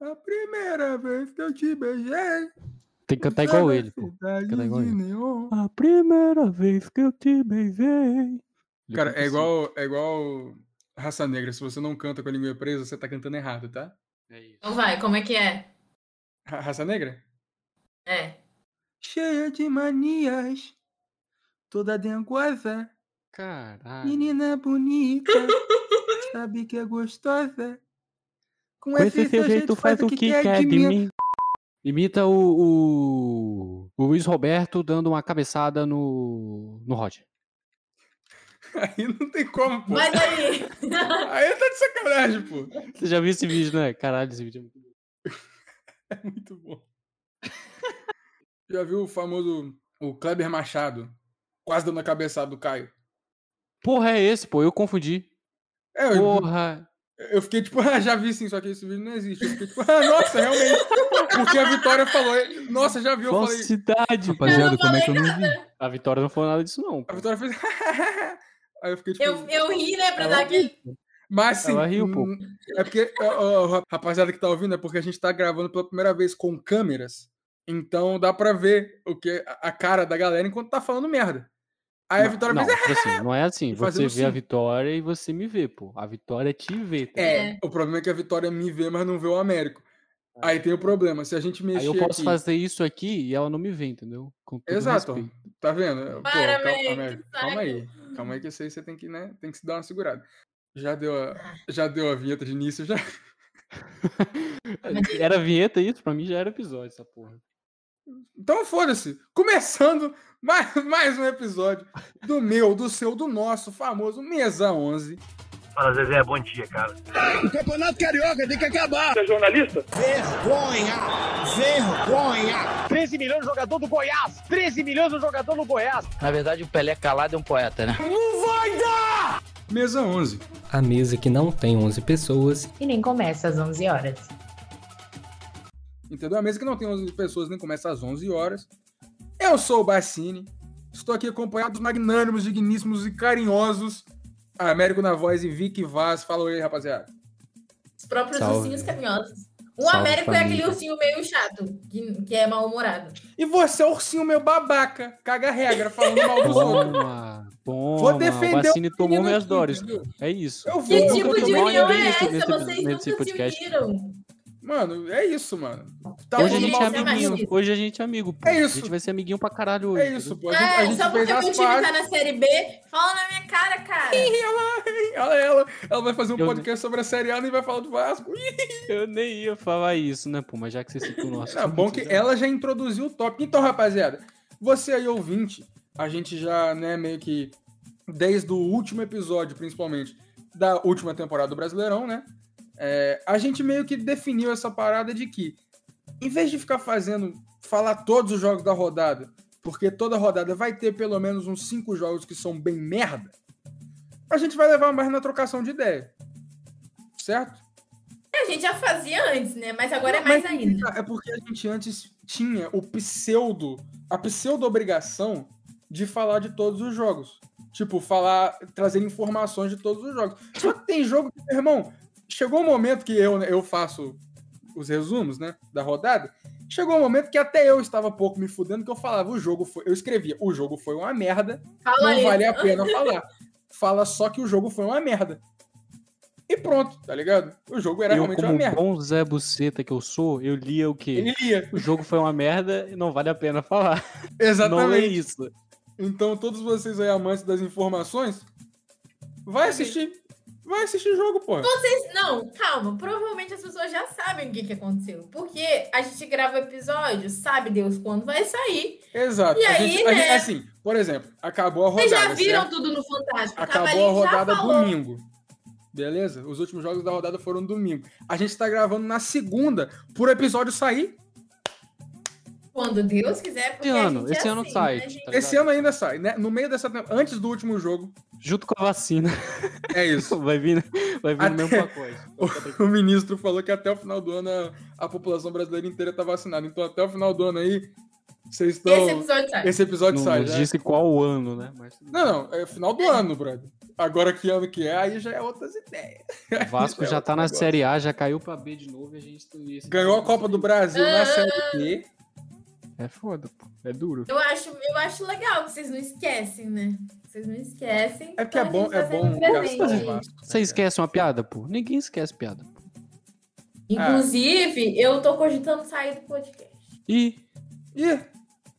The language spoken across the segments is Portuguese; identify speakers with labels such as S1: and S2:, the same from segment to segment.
S1: A primeira vez que eu te beijei.
S2: Tem que cantar igual ele, pô. Cantar igual ele. assim, A primeira vez que eu te beijei. Ele
S1: Cara, é
S2: canta assim.
S1: igual, é igual raça negra. Se você não canta com a língua presa, você tá cantando errado, tá?
S3: É isso.
S4: Então vai, como é que é?
S1: Ra- Raça negra?
S4: É.
S1: Cheia de manias, toda dengosa,
S2: Ah.
S3: Caralho.
S1: menina bonita, sabe que é gostosa. Com,
S2: Com esse seu jeito faz o que quer de mim. Imita o, o, o Luiz Roberto dando uma cabeçada no, no Roger.
S1: Aí não tem como, pô.
S4: Mas aí.
S1: Aí tá de sacanagem, pô.
S2: Você já viu esse vídeo, né? Caralho, esse vídeo é muito bom.
S1: Muito bom. Já viu o famoso o Kleber Machado quase dando a cabeçada do Caio?
S2: Porra, é esse, pô. Eu confundi.
S1: É, eu,
S2: Porra.
S1: eu fiquei tipo, ah, já vi sim, só que esse vídeo não existe. Eu fiquei tipo, ah, nossa, realmente. Porque a Vitória falou, nossa, já vi, eu falei.
S2: Falsidade, pô.
S4: Eu
S5: Rapaziada,
S4: não
S5: como é que eu
S4: falei
S5: não vi?
S2: A Vitória não falou nada disso, não.
S1: A
S2: pô.
S1: Vitória fez. Aí eu fiquei tipo.
S4: Eu, eu ri, né, pra
S2: Ela
S4: dar aquele.
S1: Mas sim.
S2: Ela riu, pô.
S1: É porque, ó, ó, rapaziada que tá ouvindo, é porque a gente tá gravando pela primeira vez com câmeras. Então dá pra ver o que, a a cara da galera enquanto tá falando merda. Aí a Vitória
S2: não,
S1: fez.
S2: tipo assim, não é assim. Você
S1: Fazendo
S2: vê a
S1: sim.
S2: vitória e você me vê, pô. A vitória te vê. Tá ligado?
S1: É, o problema é que a Vitória me vê, mas não vê o Américo. Aí tem o problema, se a gente mexer
S2: Aí eu posso
S1: aqui-
S2: fazer isso aqui e ela não me vê, entendeu? Com todo
S1: Exato,
S2: respeito.
S1: tá vendo? Pô,
S4: Para,
S1: calma,
S4: Américo,
S1: Américo,
S4: que
S1: calma aí, calma aí que isso aí você tem que, né, tem que se dar uma segurada. Já deu a, já deu a vinheta de início, já.
S4: Mas-
S2: Era vinheta isso? Pra mim já era episódio, essa porra.
S1: Então foda-se, começando mais, mais um episódio do meu, do seu, do nosso famoso Mesa 11.
S6: Fala, Zezé, é bom dia, cara.
S7: O Campeonato Carioca tem que acabar. Você é jornalista? Vergonha! Vergonha!
S8: 13 milhões no jogador do Goiás! 13 milhões no jogador do Goiás!
S5: Na verdade, o Pelé calado é um poeta, né?
S1: Mesa 11.
S9: A mesa que não tem 11 pessoas
S4: E nem começa às 11 horas.
S1: Entendeu? A mesa que não tem 11 pessoas nem começa às 11 horas. Eu sou o Bassini. Estou aqui acompanhado dos magnânimos, digníssimos e carinhosos Américo na voz e Vic Vaz. Fala aí, rapaziada.
S4: Os próprios
S9: Salve.
S4: ursinhos carinhosos. O
S9: Salve,
S4: Américo é aquele
S9: família.
S4: ursinho meio chato, que, que é mal-humorado.
S1: E você, é ursinho meu babaca, caga regra, falando mal dos outros.
S2: Toma, toma.
S1: Vou defender
S2: o Bassini
S1: o
S2: tomou
S1: menino
S2: minhas
S1: aqui,
S2: dores.
S1: entendeu?
S2: É isso.
S1: Eu vou.
S4: Que
S1: eu
S4: tipo
S1: vou
S4: de
S1: tomar um
S4: união
S1: ninguém
S4: é
S2: nesse-
S4: essa?
S2: nesse-
S4: Vocês
S2: nesse
S4: nunca
S2: podcast.
S4: se uniram.
S1: Mano, é isso, mano. Tá
S2: Hoje a
S1: todo
S2: gente
S4: Isso
S2: é
S4: é
S1: mal
S2: amiguinho.
S4: machismo.
S2: Hoje a gente é amigo. Pô.
S1: É isso.
S2: A gente vai ser amiguinho pra caralho hoje.
S1: É isso, pô. A gente, a
S4: Ah,
S1: gente
S4: só porque
S1: fez
S4: meu
S1: as
S4: time tá na Série B, fala na minha cara, cara.
S1: Ela, ela, ela vai fazer um
S2: Eu-
S1: podcast sobre a Série A e vai falar do Vasco. Ih,
S2: entendeu? Eu nem ia falar isso, né, pô? Mas já que né? você citou o nosso.
S1: é bom que ela já introduziu o tópico. Então, rapaziada, você aí ouvinte, a gente já, né, meio que desde o último episódio, principalmente, da última temporada do Brasileirão, né? é, a gente meio que definiu essa parada de que, em vez de ficar fazendo, falar todos os jogos da rodada, porque toda rodada vai ter pelo menos uns cinco jogos que são bem merda, a gente vai levar mais na trocação de ideia. Certo?
S4: A gente já fazia antes, né? Mas agora é mais
S1: Mas
S4: ainda.
S1: É porque a gente antes tinha o pseudo, a pseudo obrigação de falar de todos os jogos. Tipo, falar, trazer informações de todos os jogos. Só que tem jogo que, meu irmão, chegou um momento que eu, eu faço os resumos, né, da rodada. Chegou um momento que até eu estava pouco me fudendo, que eu falava, o jogo foi. Eu escrevia, o jogo foi uma merda,
S4: Fala
S1: não
S4: isso.
S1: vale a pena falar. Fala só que o jogo foi uma merda. E pronto, tá ligado? O jogo era
S2: Eu,
S1: realmente uma
S2: como
S1: merda.
S2: bom Zé Buceta que eu sou, eu lia o quê?
S1: Ele lia.
S2: O jogo foi uma merda e não vale a pena falar. Não é
S1: Exatamente.
S2: isso.
S1: Então, todos vocês aí, amantes das informações, vai assistir. Vai assistir jogo, pô.
S4: Não, calma. Provavelmente as pessoas já sabem o que, que aconteceu. Porque a gente grava episódio, sabe Deus quando vai sair.
S1: Exato.
S4: E
S1: a
S4: aí,
S1: gente, a
S4: né?
S1: gente- assim, por exemplo, acabou a rodada.
S4: Vocês já viram
S1: certo?
S4: tudo no Fantástico.
S1: Acabou
S4: o
S1: a
S4: Cavalinho já
S1: rodada
S4: falou.
S1: domingo. Beleza? Os últimos jogos da rodada foram domingo. A gente tá gravando na segunda, por episódio sair.
S2: Tá
S4: Quando Deus quiser. Porque
S2: Esse
S4: a
S2: ano,
S4: gente é
S2: esse ano
S4: assim,
S2: sai.
S4: né, gente?
S2: tá
S1: Esse
S2: ligado?
S1: ano ainda sai, né? No meio dessa temporada, antes do último jogo.
S2: Junto com a vacina.
S1: É isso.
S2: Vai vir, né? vai vir
S1: Até-
S2: no mesmo pacote.
S1: o ministro falou que até o final do ano a, a população brasileira inteira tá vacinada. Então, até o final do ano aí, Vocês estão.
S4: Esse é
S1: Esse,
S4: episódio tá- sai.
S1: episódio
S2: Não,
S1: sai,
S2: não
S1: né?
S2: disse qual ano, né? Mas
S1: Não, não, é final do ano, brother. Agora que ano que é, aí já é outras ideias.
S2: o Vasco
S1: Isso é
S2: já tá na
S1: outro
S2: Série A, já caiu pra B de novo e a gente. e esse-
S1: Ganhou a Copa do Brasil na Série B.
S2: É foda, pô. É
S1: Tá
S2: duro.
S4: Eu acho, eu acho legal que vocês não esquecem, né? Vocês não esquecem.
S1: É porque é
S4: então a
S1: bom,
S4: gente
S1: é
S4: tá sendo
S1: bom
S4: presente.
S1: gastar no Vasco.
S2: Você esquece uma piada, pô? Ninguém esquece piada.
S1: É.
S4: Inclusive, eu tô cogitando sair do podcast.
S2: E
S1: Ih,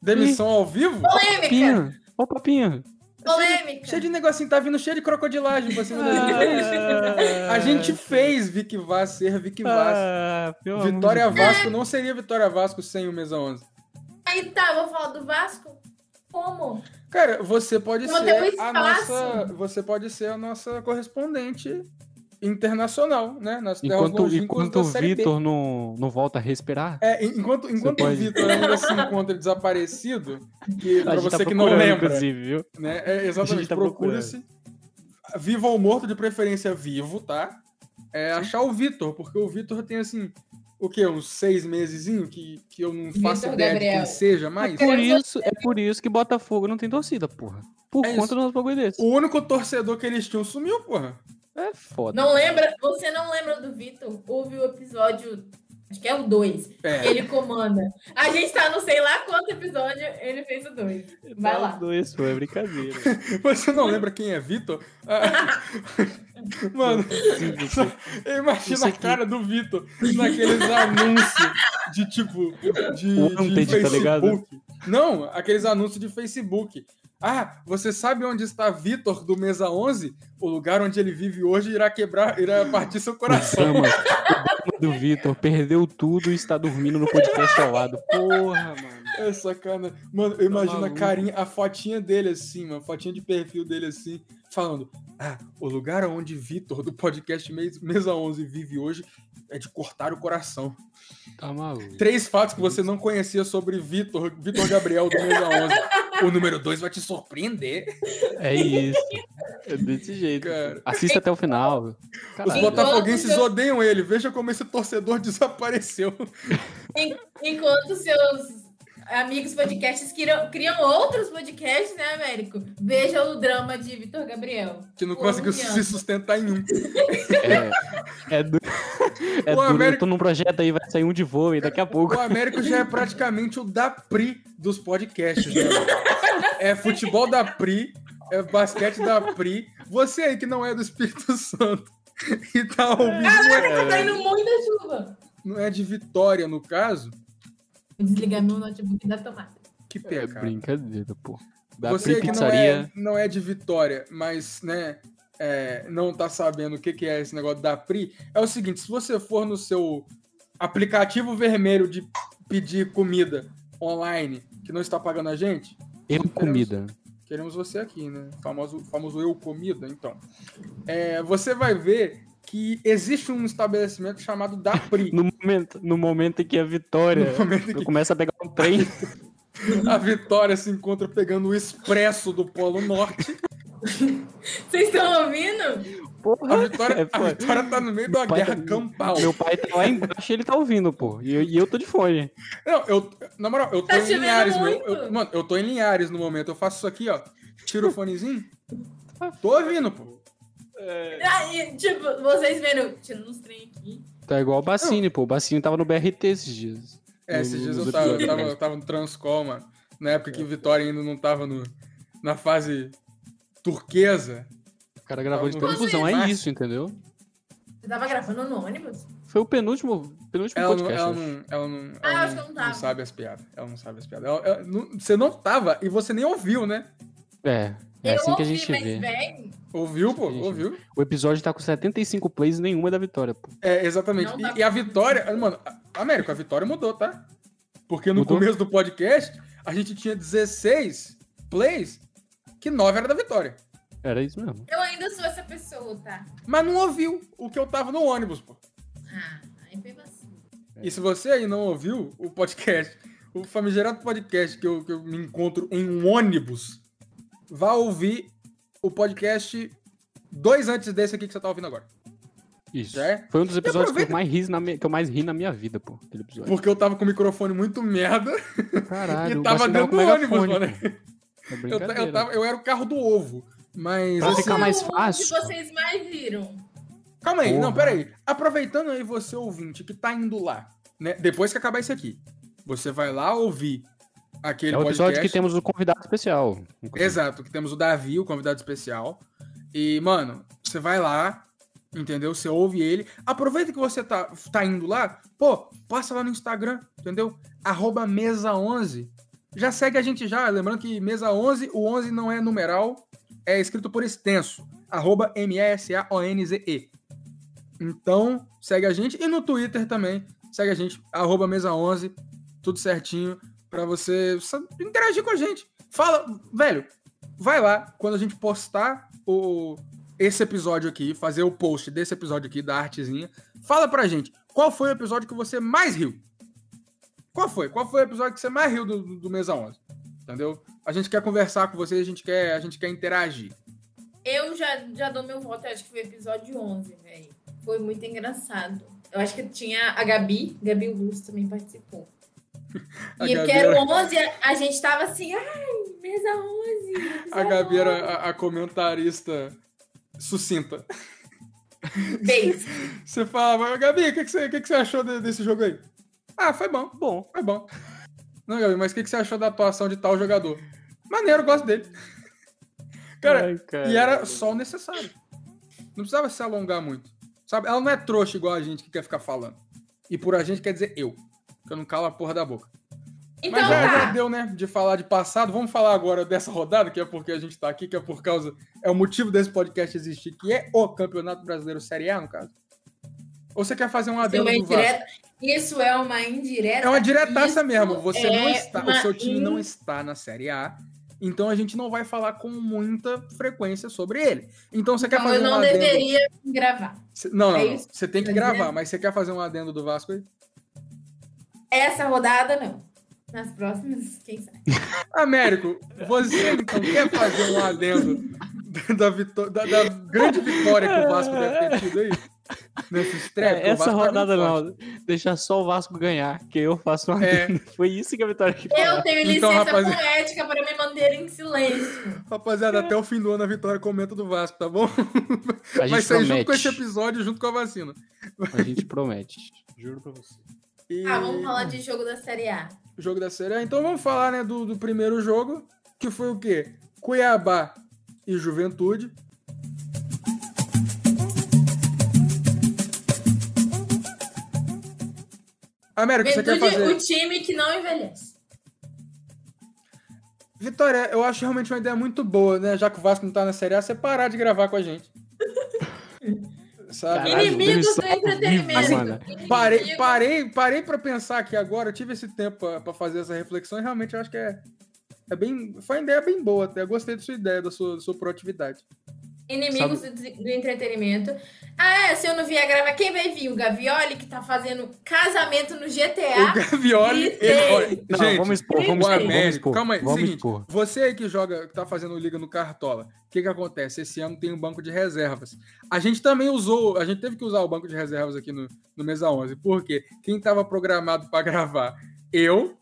S1: demissão ao vivo?
S4: Polêmica!
S2: Pinha. Ô, papinha.
S4: Polêmica!
S1: Cheio de negocinho, tá vindo cheio de crocodilagem pra cima da gente.
S2: Ah,
S1: A gente fez Vic Vaz ser Vic Vaz.
S2: ah, pelo amor de
S1: Vitória
S2: Deus.
S1: Vasco não seria Vitória Vasco sem o Mesa 11.
S4: Aí tá, eu vou falar do Vasco? Como?
S1: Cara, você pode
S4: Eu vou ter um
S1: ser a
S4: espaço.
S1: nossa, você pode ser a nossa correspondente internacional, né? Nas terras
S2: Enquanto,
S1: longínquas
S2: enquanto
S1: da
S2: o
S1: Série B.
S2: Vitor não, não volta a respirar,
S1: É, en- enquanto, enquanto o
S2: pode.
S1: Vitor ainda se encontra desaparecido, que,
S2: a
S1: É, pra
S2: gente
S1: você
S2: tá
S1: que não
S2: procurando,
S1: lembra,
S2: inclusive, viu?
S1: né? É,
S2: A
S1: exatamente,
S2: gente tá
S1: procura-se. Vivo ou morto, de preferência vivo, tá? É achar o Vitor, porque o Vitor tem assim, o quê? Uns seis mesezinho que, que eu não faço
S4: Vitor
S1: ideia de quem
S4: Gabriel.
S1: seja mais.
S2: É por, isso, é por isso que Botafogo não tem torcida, porra. Por
S1: É isso.
S2: conta do nosso bagulho desse.
S1: O único torcedor que eles tinham sumiu, porra.
S2: É foda.
S4: Não lembra? Você não lembra do Vitor? Houve o episódio. Acho que é o 2.
S1: É.
S4: Ele comanda. A gente tá no sei lá quanto episódio, ele fez o 2. Vai lá.
S2: Isso é brincadeira.
S1: Você não lembra quem é Vitor? Ah, Mano, só-
S2: é Isso
S1: imagina a
S2: aqui.
S1: cara do Vitor naqueles anúncios de tipo. De, de
S2: Wanted, tá ligado?
S1: Facebook. Não, aqueles anúncios de Facebook. Ah, você sabe onde está Vitor do Mesa 11? O lugar onde ele vive hoje irá quebrar, irá partir seu
S2: O
S1: coração.
S2: Dama, o Dama do Vitor perdeu tudo e está dormindo no podcast ao lado. Porra, mano.
S1: É sacana. Mano, eu imagino a
S2: maluco.
S1: carinha, a fotinha dele assim, mano, a fotinha de perfil dele assim, falando: Ah, o lugar onde Vitor, do podcast Mes- Mesa 11, vive hoje é de cortar o coração.
S2: Tá maluco.
S1: Três fatos que você não conhecia sobre Vitor, Vitor Gabriel do Mesa 11. O número dois vai te surpreender.
S2: É isso. É desse jeito.
S1: Cara.
S2: Assista até o final.
S1: Os
S2: Caralho.
S1: botafoguenses
S4: Enquanto-
S1: odeiam ele. Veja como esse torcedor desapareceu.
S4: Enquanto seus amigos podcasts criam, criam outros podcasts, né, Américo? Veja o drama de Vitor Gabriel.
S1: Que não
S4: Pô,
S1: conseguiu
S4: não
S1: se
S4: adianta.
S1: sustentar em um.
S2: É, é, du... é
S1: O
S2: duro.
S1: América-
S2: Eu tô num projeto aí, vai sair um de vôlei daqui a pouco.
S1: O Américo já é praticamente o da Pri dos podcasts. né? É futebol da Pri, é basquete da Pri. Você aí que não é do Espírito Santo e tá ouvindo,
S2: É.
S4: Caraca, tá indo muita chuva.
S1: não é de Vitória, no caso,
S4: Vou desligar meu notebook da tomada.
S1: que
S2: É
S1: pecado.
S2: brincadeira, pô. Da
S1: Você
S2: Pri
S1: aí que não
S2: Pizzaria.
S1: é, não é de Vitória, mas, né, é, não tá sabendo o que, que é esse negócio da Pri, é o seguinte, se você for no seu aplicativo vermelho de pedir comida online que não está pagando a gente,
S2: Eu comida.
S1: Queremos você aqui, né? Famoso, famoso eu comida, então. É, você vai ver que existe um estabelecimento chamado Dapri.
S2: No momento, no momento em que a vitória
S1: No momento em que-
S2: começa a pegar um trem,
S1: A Vitória se encontra pegando o expresso do Polo Norte.
S4: Vocês estão ouvindo?
S1: A
S2: porra.
S1: Vitória,
S2: É, pô.
S1: a Vitória tá no meio da
S2: pai
S1: guerra
S2: tá-
S1: campal.
S2: Meu pai tá lá embaixo e ele tá ouvindo, pô. E eu, e eu tô de fone.
S1: Não, eu, na moral, eu tô
S4: Tá
S1: em
S4: chovendo
S1: Linhares, meu.
S4: muito.
S1: Eu- mano, eu tô em Linhares no momento. Eu faço isso aqui, ó. Tiro o fonezinho. Tô ouvindo, pô.
S2: É.
S4: Aí, tipo, vocês vendo, tirando uns trem aqui.
S2: Tá igual o Bacine, pô. O Bacine tava no BRT esses dias.
S1: É, esses
S2: Nos-
S1: dias eu
S2: nos É.
S1: tava,
S2: episódios.
S1: tava, eu tava no Transcom, mano. Na época que Vitória ainda não tava no, na fase turquesa.
S2: O cara gravou de
S1: Tava no-
S2: televisão, é
S1: Mas-
S2: isso, entendeu?
S4: Você tava gravando no ônibus?
S2: Foi o penúltimo, penúltimo
S1: Ela não,
S2: Um podcast. né?
S1: ela
S2: eu
S1: não, ela
S2: acho.
S1: não,
S4: Ah,
S1: ela
S4: acho que eu não tava.
S1: sabe as piadas. Ela não sabe as piadas. Ela- ela- não- um, é, você não tava e você nem ouviu, né?
S2: É, é assim que a gente
S4: mas
S2: vê.
S4: vem.
S1: Ouviu, pô?
S2: Sim, sim.
S1: Ouviu?
S2: O episódio tá com 75 plays e nenhuma é da vitória, pô.
S1: É, exatamente.
S4: Não tá
S1: E-
S4: tava.
S1: e, a vitória. Mano, a- Américo, a vitória mudou, tá? Porque no
S2: Mudou?
S1: começo do podcast, a gente tinha 16 plays, que 9 era da vitória.
S2: Era isso mesmo.
S4: Eu ainda sou essa pessoa, tá?
S1: Mas não ouviu o que eu tava no ônibus, pô.
S4: Ah, aí foi vacilo.
S1: E se você aí não ouviu o podcast, o famigerado podcast que eu, que eu me encontro em um ônibus, vá ouvir o podcast dois antes desse aqui que você tá ouvindo agora.
S2: Isso.
S1: Já é?
S2: Foi um dos episódios que eu,
S1: aproveita-
S2: mais ri na minha, que eu mais ri na minha vida, pô. Aquele episódio.
S1: Porque eu tava com o microfone muito merda
S2: Caralho.
S1: e tava
S2: vacilava
S1: dentro
S2: com
S1: do
S2: o
S1: ônibus,
S2: megafone,
S1: mano.
S2: pô. É
S1: Eu, ta- eu,
S2: brincadeira.
S1: tava, eu era o carro do ovo. Mas.
S2: Pra
S1: assim,
S2: ficar mais
S4: Qual
S2: fácil.
S4: Que vocês mais viram.
S1: Calma aí, não,
S2: Porra.
S1: peraí. Aproveitando aí você, ouvinte, que tá indo lá, né? Depois que acabar isso aqui, você vai lá ouvir aquele
S2: É o
S1: podcast.
S2: episódio que temos um convidado especial.
S1: Exato, que temos o Davi, o convidado especial. E, mano, você vai lá, entendeu? Você ouve ele. Aproveita que você tá, tá indo lá, pô, passa lá no Instagram, entendeu? Arroba mesa11. Já segue a gente já, lembrando que mesa11, o 11 não é numeral, é escrito por extenso. Arroba M-E-S-A-O-N-Z-E. Então, segue a gente. E no Twitter também, segue a gente, arroba mesa11, tudo certinho, pra você sa- interagir com a gente. Fala, velho, vai lá, quando a gente postar o, esse episódio aqui, fazer o post desse episódio aqui, da artezinha, fala pra gente, qual foi o episódio que você mais riu? Qual foi? Qual foi o episódio que você mais riu do, do Mesa 11? Entendeu? A gente quer conversar com vocês, a gente quer, a gente quer interagir.
S4: Eu já, já dou meu voto, eu acho que foi episódio 11, velho. Foi muito engraçado. Eu acho que tinha a Gabi, Gabi Luz também participou.
S1: A
S4: e eu
S1: Gabi
S4: quero
S1: era-
S4: 11, a- a gente tava assim, ai, mesa 11. mesa
S1: A Gabi
S4: 11.
S1: era a, a comentarista sucinta.
S4: Beijo.
S1: Você falava, Gabi, o que, que, você, o que, que você achou de- desse jogo aí? Ah, foi bom.
S2: Bom.
S1: Foi bom. Não, Gabi, mas o que, que você achou da atuação de tal jogador? Maneiro, gosto dele. Cara,
S2: É,
S1: e era só o necessário. Não precisava se alongar muito. Sabe? Ela não é trouxa igual a gente que quer ficar falando. E por a gente quer dizer eu. Que eu não calo a porra da boca.
S4: Então
S1: mas já, já
S4: tá.
S1: deu, né? De falar de passado. Vamos falar agora dessa rodada, que é porque a gente tá aqui, que é por causa. É o motivo desse podcast existir, que é o Campeonato Brasileiro Série A, no caso. Ou você quer fazer um
S4: Isso é
S1: adendo
S4: uma
S1: do Vasco?
S4: indireta. Isso é uma indireta.
S1: É uma diretaça
S4: Isso
S1: mesmo. Você não
S4: é
S1: está, o
S4: uma
S1: seu time não
S4: in-
S1: está na Série A. Então a gente não vai falar com muita frequência sobre ele. Então você quer
S4: Então
S1: fazer
S4: eu
S1: um
S4: não
S1: adendo?
S4: deveria gravar.
S1: Cê- Não, não,
S4: É
S1: não.
S4: isso?
S1: Você tem que
S4: Tá
S1: gravar,
S4: dizendo?
S1: mas você quer fazer um adendo do Vasco aí?
S4: Essa rodada, não. Nas próximas, quem sabe.
S1: Américo, você então quer fazer um adendo da, vitó- da- da grande vitória que o Vasco deve ter tido aí? Nesse estreia?
S2: É, essa rodada não. Deixar só o Vasco ganhar, que eu faço uma.
S1: É.
S2: Foi isso que a vitória que
S4: Eu tenho licença
S1: Então, rapazi-
S4: poética para me manter em silêncio.
S1: Rapaziada, até o fim do ano a vitória comenta do Vasco, tá bom?
S2: A
S1: Vai
S2: gente
S1: sair tá junto com esse
S2: promete.
S1: episódio, junto com a vacina.
S2: A gente promete. Juro pra você.
S1: E-
S4: Ah, vamos falar de jogo da Série A.
S1: o jogo da Série A. Então vamos falar né, do, do primeiro jogo, que foi o quê? Cuiabá e Juventude. Américo, você quer
S4: Juventude, o
S1: fazer?
S4: time que não envelhece.
S1: Vitória, eu acho realmente uma ideia muito boa, né? Já que o Vasco não tá na Série A, você parar de gravar com a gente. Sabe?
S2: Caralho,
S4: Inimigos
S2: isso
S1: tá
S4: do
S2: ao vivo,
S4: entretenimento.
S2: mano.
S4: Inimigos-
S1: Parei, parei, parei para pensar aqui agora. Eu tive esse tempo pra- pra fazer essa reflexão e realmente eu acho que é, é bem, foi uma ideia bem boa. Até eu gostei da sua ideia, da sua, da sua proatividade.
S4: Inimigos do, do entretenimento. Ah, é, se eu não vier gravar, quem vai vir? O Gavioli, que tá fazendo casamento no
S1: O
S4: GTA.
S1: Gavioli,
S4: gritei.
S1: ele, olha,
S2: Não,
S1: gente,
S2: vamos expor, vamos
S1: o
S2: expor,
S1: Américo,
S2: vamos expor.
S1: calma aí,
S2: vamos
S1: seguinte,
S2: expor.
S1: você aí que joga, que tá fazendo liga no Cartola, o que que acontece? Esse ano tem um banco de reservas. A gente também usou, a gente teve que usar o banco de reservas aqui no, no Mesa 11, porque quem tava programado para gravar? Eu,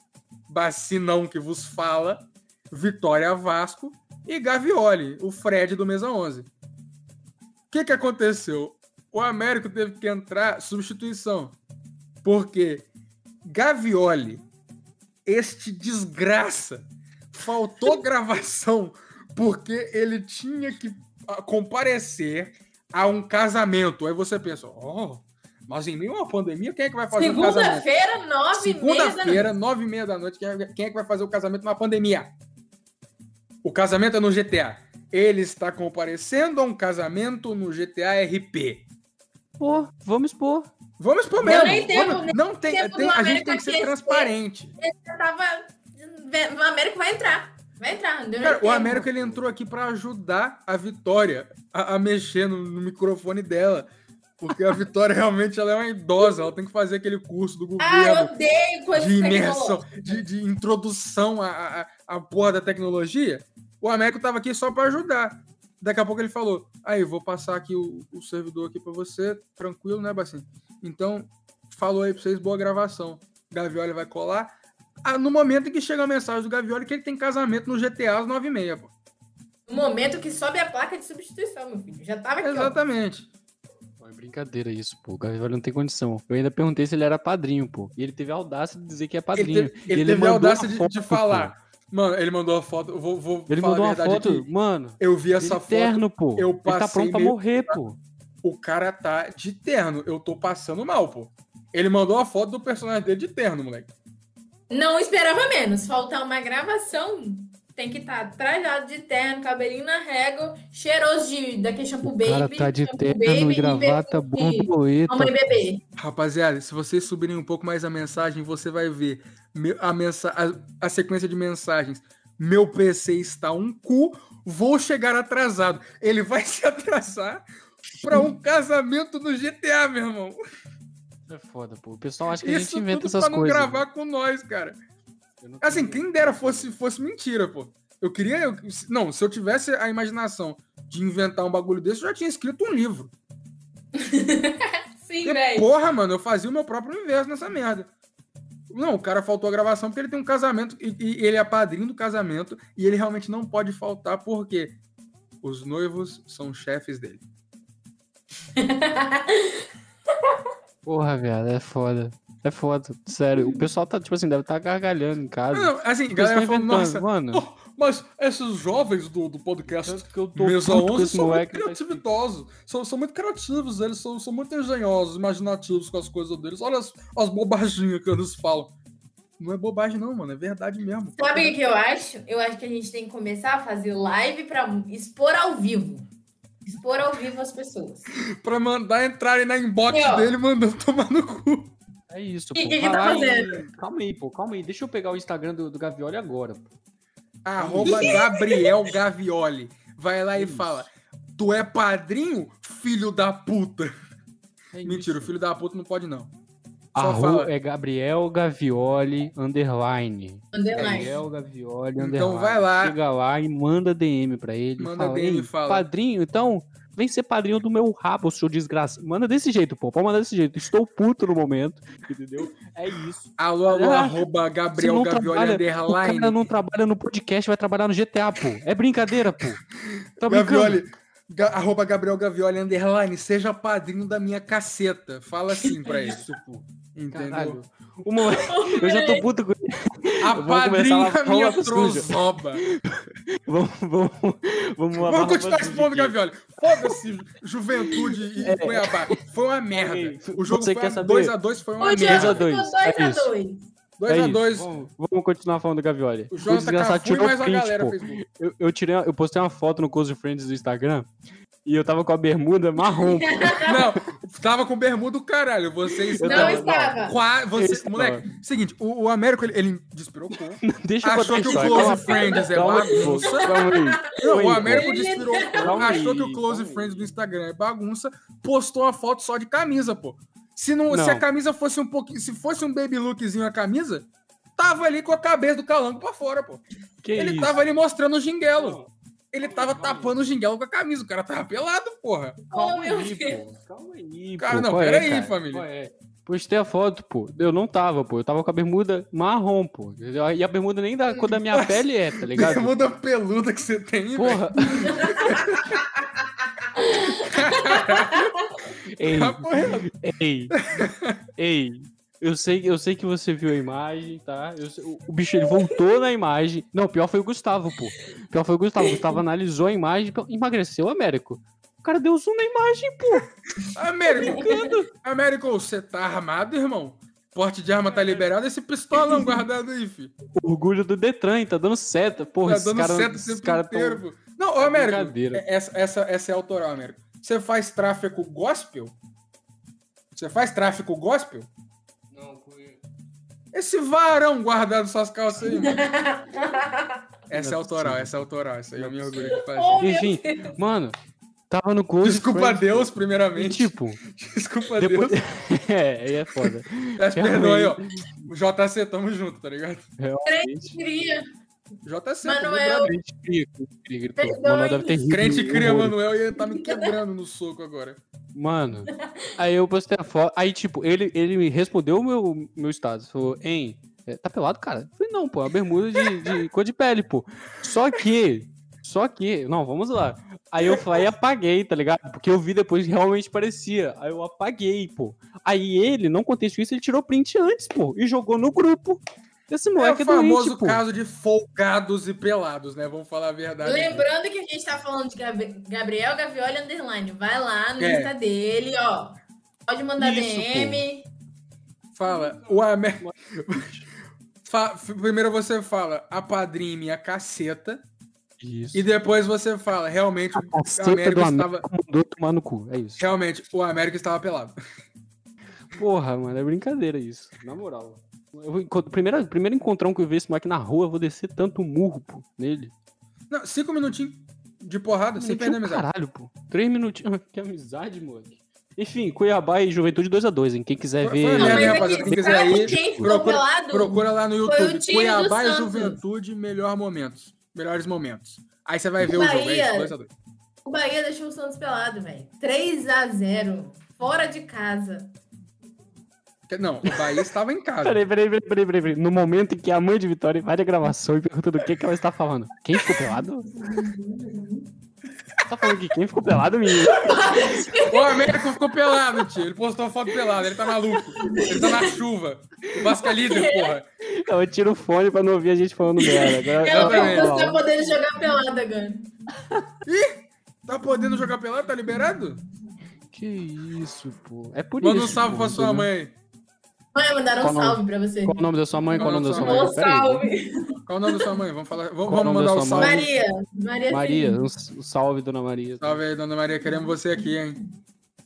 S1: Bacinão que vos fala, Vitória Vasco e Gavioli, o Fred do Mesa 11. O que que aconteceu? O Américo teve que entrar substituição, porque Gavioli, este desgraça, faltou gravação porque ele tinha que ah, comparecer a um casamento. Aí você pensa, oh, mas em meio a uma pandemia, quem é que vai fazer um casamento?
S4: Segunda-feira, nove e meia da noite.
S1: Segunda-feira, nove e meia da noite, quem é, quem é que vai fazer o casamento na pandemia? O casamento é no GTA. Ele está comparecendo a um casamento no GTA RP.
S2: Pô, vamos expor.
S1: Vamos pro
S4: Eu
S1: mesmo.
S4: nem tenho-
S1: vamos-
S4: nem
S1: não tem,
S4: tempo
S1: tem-
S4: do
S1: a gente
S4: América é
S1: tem que ser
S4: aquecer.
S1: transparente.
S4: Eu tava. O Américo vai entrar. Vai entrar. não deu nem
S1: Cara, o
S4: tempo.
S1: Américo ele entrou aqui pra ajudar a Vitória a, a mexer no, no microfone dela. Porque a Vitória realmente ela é uma idosa, ela tem que fazer aquele curso do
S4: Ah, eu
S1: governo
S4: odeio quando
S1: tá de
S4: isso aqui
S1: imersão,
S4: rolou.
S1: de, de introdução à, à, à porra da tecnologia. O Américo tava aqui só pra ajudar. Daqui a pouco ele falou: aí, vou passar aqui o, o servidor aqui pra você, tranquilo, né, Bacinho? Então, falou aí pra vocês, boa gravação. Gavioli vai colar. Ah, no momento em que chega a mensagem do Gavioli que ele tem casamento no GTA às 9h30, pô.
S4: No momento que sobe a placa de substituição, meu filho. Já tava aqui, ó.
S1: Exatamente.
S2: Pô, é brincadeira isso, pô. O Gavioli não tem condição. Eu ainda perguntei se ele era padrinho, pô. E ele teve a audácia de dizer que é
S1: Ele,
S2: padrinho.
S1: teve,
S2: E
S1: ele teve a
S2: mandou
S1: audácia
S2: uma
S1: de,
S2: foto,
S1: de
S2: pô.
S1: falar. Mano, ele mandou a foto. Eu vou, vou
S2: Ele
S1: falar
S2: mandou
S1: a
S2: uma
S1: verdade
S2: foto,
S1: aqui.
S2: mano.
S1: Eu vi essa
S2: Essa
S1: foto.
S2: terno, pô.
S1: eu
S2: ele tá
S1: passei
S2: pronto pra
S1: meio-
S2: morrer, pô.
S1: O cara tá de terno. Eu tô passando mal, pô. Ele mandou a foto do personagem dele de terno, moleque.
S4: Não esperava menos. Faltar uma gravação. Tem que estar tá trajado de terno, cabelinho na régua, cheiroso de, daquele shampoo
S2: O
S4: baby.
S2: cara tá de
S4: shampoo
S2: terno,
S4: baby
S2: gravata,
S4: perfume de
S2: borboleta.
S4: Mamãe bebê.
S1: Rapaziada, se vocês subirem um pouco mais a mensagem, você vai ver me- a, mensa a, a sequência de mensagens. Meu PC está um cu, vou chegar atrasado. Ele vai se atrasar pra um casamento no GTA, meu irmão.
S2: É foda, pô. O pessoal acha que a
S1: Isso
S2: gente inventa
S1: tudo
S2: essas
S1: pra não
S2: coisas. né?
S1: gravar com nós, cara.
S2: Eu não
S1: Assim,
S2: tenho-
S1: quem dera fosse, fosse mentira, pô. Eu queria. eu- não, se eu tivesse a imaginação de inventar um bagulho desse, eu já tinha escrito um livro.
S4: Sim,
S1: E,
S4: velho.
S1: porra, mano, eu fazia o meu próprio universo nessa merda. Não, o cara faltou a gravação porque ele tem um casamento e, e ele é padrinho do casamento e ele realmente não pode faltar porque os noivos são chefes dele.
S2: Porra, viado, é foda. É foda, sério. O pessoal tá, tipo assim, deve tá gargalhando em casa.
S1: Não, assim,
S2: O pessoal tá
S1: galera falou,
S2: inventando,
S1: nossa,
S2: mano.
S1: pô, mas esses jovens do, do podcast
S2: Tanto que eu tô
S1: Meus
S2: puto com
S1: 11
S2: esse
S1: são muito
S2: moleque.
S1: criatividosos, são, são muito criativos, eles são, são muito engenhosos, imaginativos com as coisas deles. Olha as, as bobaginhas que eles falam. Não é bobagem, não, mano, é verdade mesmo.
S4: Sabe o que, que eu acho? Eu acho que a gente tem que começar a fazer live pra expor ao vivo. Expor ao vivo as pessoas.
S1: Pra mandar entrarem na inbox
S4: Aqui, ó.
S1: dele, mandando tomar no cu.
S2: É isso,
S4: Que
S2: pô.
S4: que ele tá
S2: Vai lá e- Calma aí, pô, calma aí. Deixa eu pegar o Instagram do, do Gavioli agora, pô.
S1: Arroba Gabriel Gavioli. Vai lá e
S2: Isso.
S1: fala: Tu é padrinho, filho da puta.
S2: É
S1: Mentira, o
S2: isso.
S1: filho da puta não pode, não.
S2: A
S1: Só
S2: rua
S1: fala.
S2: é Gabriel Gavioli Underline.
S4: Underline.
S2: Gabriel Gavioli
S1: Então
S2: Underline.
S1: vai lá.
S2: Chega lá e manda DM pra ele.
S1: Manda
S2: fala,
S1: DM e
S2: "Ei,
S1: fala."
S2: Padrinho, então, vem ser padrinho do meu rabo, seu desgraça. Manda desse jeito, pô. Pode mandar desse jeito. Estou puto no momento, entendeu? É isso.
S1: Alô, alô,
S2: Ah,
S1: arroba Gabriel
S2: não
S1: Gavioli
S2: trabalha, O
S1: underline.
S2: cara não trabalha no podcast, vai trabalhar no GTA, pô. É brincadeira, pô. Tá brincando?
S1: Gavioli, ga- arroba Gabriel Gavioli underline, seja padrinho da minha caceta. Fala assim pra ele.
S2: Isso, pô.
S1: entendeu?
S2: Caralho. O moleque- eu já tô puto com
S1: A
S2: Vamos começar a
S1: padrinho
S2: lavar
S1: da minha
S2: roupa suja.
S1: trozoba.
S2: Vamos, vamos, vamos lavar
S1: Vamos
S2: roupa
S1: continuar
S2: suja
S1: expondo,
S2: aqui.
S1: Gavioli. Foda-se, Ju- Juventude e Cuiabá. Foi uma merda.
S2: Ok,
S1: O jogo
S2: você
S1: foi
S2: quer
S1: a-
S2: saber?
S1: 2 a 2 foi uma
S4: O
S2: Dois a
S4: Jonathan
S1: merda.
S2: dois,
S4: ficou 2
S2: é
S4: a
S2: isso.
S4: 2
S2: É
S1: 2 a
S2: isso,
S1: 2
S2: Vamos, vamos continuar falando do Gavioli.
S1: O tá Jonathan
S2: desgraçado
S1: Cafu e mais uma
S2: print,
S1: galera
S2: pô.
S1: fez um- gol.
S2: Eu, eu tirei, eu postei uma foto no Close Friends do Instagram e eu tava com a bermuda marrom. pô.
S1: Não, tava com bermuda do caralho. Vocês
S2: Eu
S4: Não
S2: tava-
S4: estava.
S1: Qua- você-
S2: Esse
S1: moleque, seguinte, o, o Américo ele, ele despirocou.
S2: Deixa eu
S1: Achou
S2: contar
S1: que o
S2: isso aí.
S1: Close Friends é
S2: Calma aí, pô.
S1: bagunça.
S2: Calma aí.
S1: Não, o
S2: Calma aí,
S1: Américo
S4: pô.
S1: despirocou,
S2: Calma
S1: achou
S2: aí,
S1: que o Close
S2: calma aí.
S1: Friends do Instagram é bagunça, postou a foto só de camisa, pô. Se, não, se
S2: Não.
S1: a camisa fosse um pouquinho. Se fosse um baby lookzinho a camisa, tava ali com a cabeça do calango pra fora, pô.
S2: pô. Que
S1: Ele
S2: isso?
S1: tava ali mostrando o jinguelo. Ele tava tapando o jinguelo com a camisa. O cara tava pelado, porra.
S4: Oh,
S2: Calma
S4: meu
S2: aí,
S4: Deus.
S2: pô. Calma aí,
S1: Cara,
S2: pô.
S1: não,
S2: Qual é,
S1: peraí,
S2: cara?
S1: família.
S2: Qual é? Postei a foto, pô. Eu não tava, pô. Eu tava com a bermuda marrom, pô. entendeu? E a bermuda nem da cor da minha
S1: Nossa.
S2: pele é, tá ligado?
S1: Bermuda peluda que você tem, velho.
S2: Porra. ei,
S1: Tá porra.
S2: ei, ei. Eu sei, eu sei que você viu a imagem, tá? Eu sei- o, o bicho ele voltou na imagem. Não, o pior foi o Gustavo, pô. O pior foi o Gustavo. O Gustavo analisou a imagem, pô, emagreceu o Américo. O cara deu zoom na imagem, pô.
S1: Américo, Américo, você tá armado, irmão? Porte de arma tá liberado, esse pistolão guardado aí, fi.
S2: Orgulho do Detran, tá dando seta. Porra,
S1: Tá
S2: esses
S1: dando
S2: caras.
S1: certo o
S2: esses
S1: tempo
S2: caras tão-
S1: inteiro, pô. Não, ô, Américo,
S2: brincadeira.
S1: é- essa, essa, essa é autoral, Américo. Você faz tráfico gospel? Você faz tráfico gospel? Esse varão guardado suas calças aí, mano. Essa é autoral, essa é autoral. Essa aí eu me orgulho de fazer.
S4: Oh, meu
S2: Enfim, mano, tava no close.
S1: é, Desculpa a
S2: friends,
S1: Deus,
S2: pô. E,
S1: primeiramente.
S2: tipo,
S1: Desculpa a Deus.
S2: depois. é, aí é foda.
S1: Peço perdão aí, ó. JC, tamo junto, tá ligado?
S4: Queria.
S1: JC,
S4: Manuel.
S1: Manuel.
S2: Crente cria, crente cria, gritou.
S4: Perdão,
S2: Manoel deve ter
S4: hein?
S2: rido um
S1: Crente
S2: de
S1: cria
S2: horrores.
S1: Manuel e ele tá me quebrando no soco agora.
S2: Mano, aí eu postei a foto. Aí, tipo, ele, ele me respondeu o meu, meu status. Falou, hein, é, tá pelado, cara? Eu falei, não, pô, é uma bermuda de, de cor de pele, pô. Só que, só que, não, vamos lá. Aí eu falei, apaguei, tá ligado? Porque eu vi depois que realmente parecia. Aí eu apaguei, pô. Aí ele, não contexto isso, ele tirou print antes, pô, e jogou no grupo. Esse
S1: É o
S2: moleque é, doente,
S1: famoso
S2: pô.
S1: caso de folgados e pelados, né? Vamos falar a
S2: Tá
S1: verdade.
S4: Lembrando que a gente tá falando de Gabri- Gabriel Gavioli Underline. Vai lá no
S1: É.
S4: Insta dele, ó. Pode mandar
S2: Isso,
S4: DM.
S1: Fala, o Amé. Fa- Primeiro você fala, apadrinhe minha caceta.
S2: Isso.
S1: E depois você fala, realmente,
S2: A
S1: o
S2: caceta do
S1: América
S2: América
S1: estava.
S2: mandou tomar no cu, é isso.
S1: Realmente, o América estava pelado.
S2: Porra, mano, é brincadeira isso. Na moral. Eu vou encont- primeiro, primeiro encontrão que eu ver esse moleque na rua, eu vou descer tanto murro, pô, nele.
S1: Não, cinco minutinhos de porrada, sem
S2: Minutinho,
S1: perder a amizade.
S2: Caralho, pô. Três minutinhos. que amizade, moleque. Enfim, Cuiabá e Juventude 2x2, hein? Quem quiser
S1: Foi- foi
S2: ver.
S1: uma merda,
S4: mas
S1: hein,
S4: aqui,
S1: rapaziada? Quem quiser
S4: sabe
S1: aí,
S4: quem ficou
S1: procura-
S4: pelado?
S1: Procura lá no YouTube.
S4: o time
S1: Cuiabá
S4: do
S1: e
S4: Santos.
S1: Juventude, melhor momentos. Melhores momentos. Aí você vai ver o jogo.
S4: Bahia.
S1: É isso, 2x2.
S4: O Bahia deixou o Santos pelado, velho. 3x0. Fora de casa.
S1: Não, o Bahia estava em casa.
S2: Peraí, peraí, peraí, peraí, peraí, peraí. No momento em que a mãe de Vitória vai na gravação e pergunta do que, que ela está falando. Quem ficou pelado? tá falando de quem ficou pelado, menino?
S1: O Américo ficou pelado, tio. Ele postou foto pelada. Ele tá maluco. Ele tá na chuva. O Vasco é líder, porra.
S2: Ela tira o fone pra não ouvir a gente falando merda. Agora,
S4: Ela
S1: exatamente.
S4: perguntou se tá podendo jogar pelada, agora.
S1: Tá podendo jogar pelado? Tá liberado?
S2: Que isso, pô. É por
S1: Manda um
S2: isso.
S1: salve
S2: pô,
S1: pra sua
S2: entendeu?
S1: mãe.
S4: Mãe, mandaram
S2: Qual
S4: um
S2: nome?
S4: salve pra você.
S2: Qual o nome da sua mãe? Qual o nome da sua mãe?
S4: Um
S2: Pera aí,
S4: salve.
S1: Qual o nome da sua mãe? Vamos falar. Vamos,
S2: Qual o
S1: vamos
S2: nome da
S1: mandar o
S2: sua mãe?
S1: salve.
S4: Maria. Maria.
S2: Maria,
S4: Felipe.
S2: um s- um salve, dona Maria.
S1: Salve aí, dona Maria. Queremos você aqui, hein?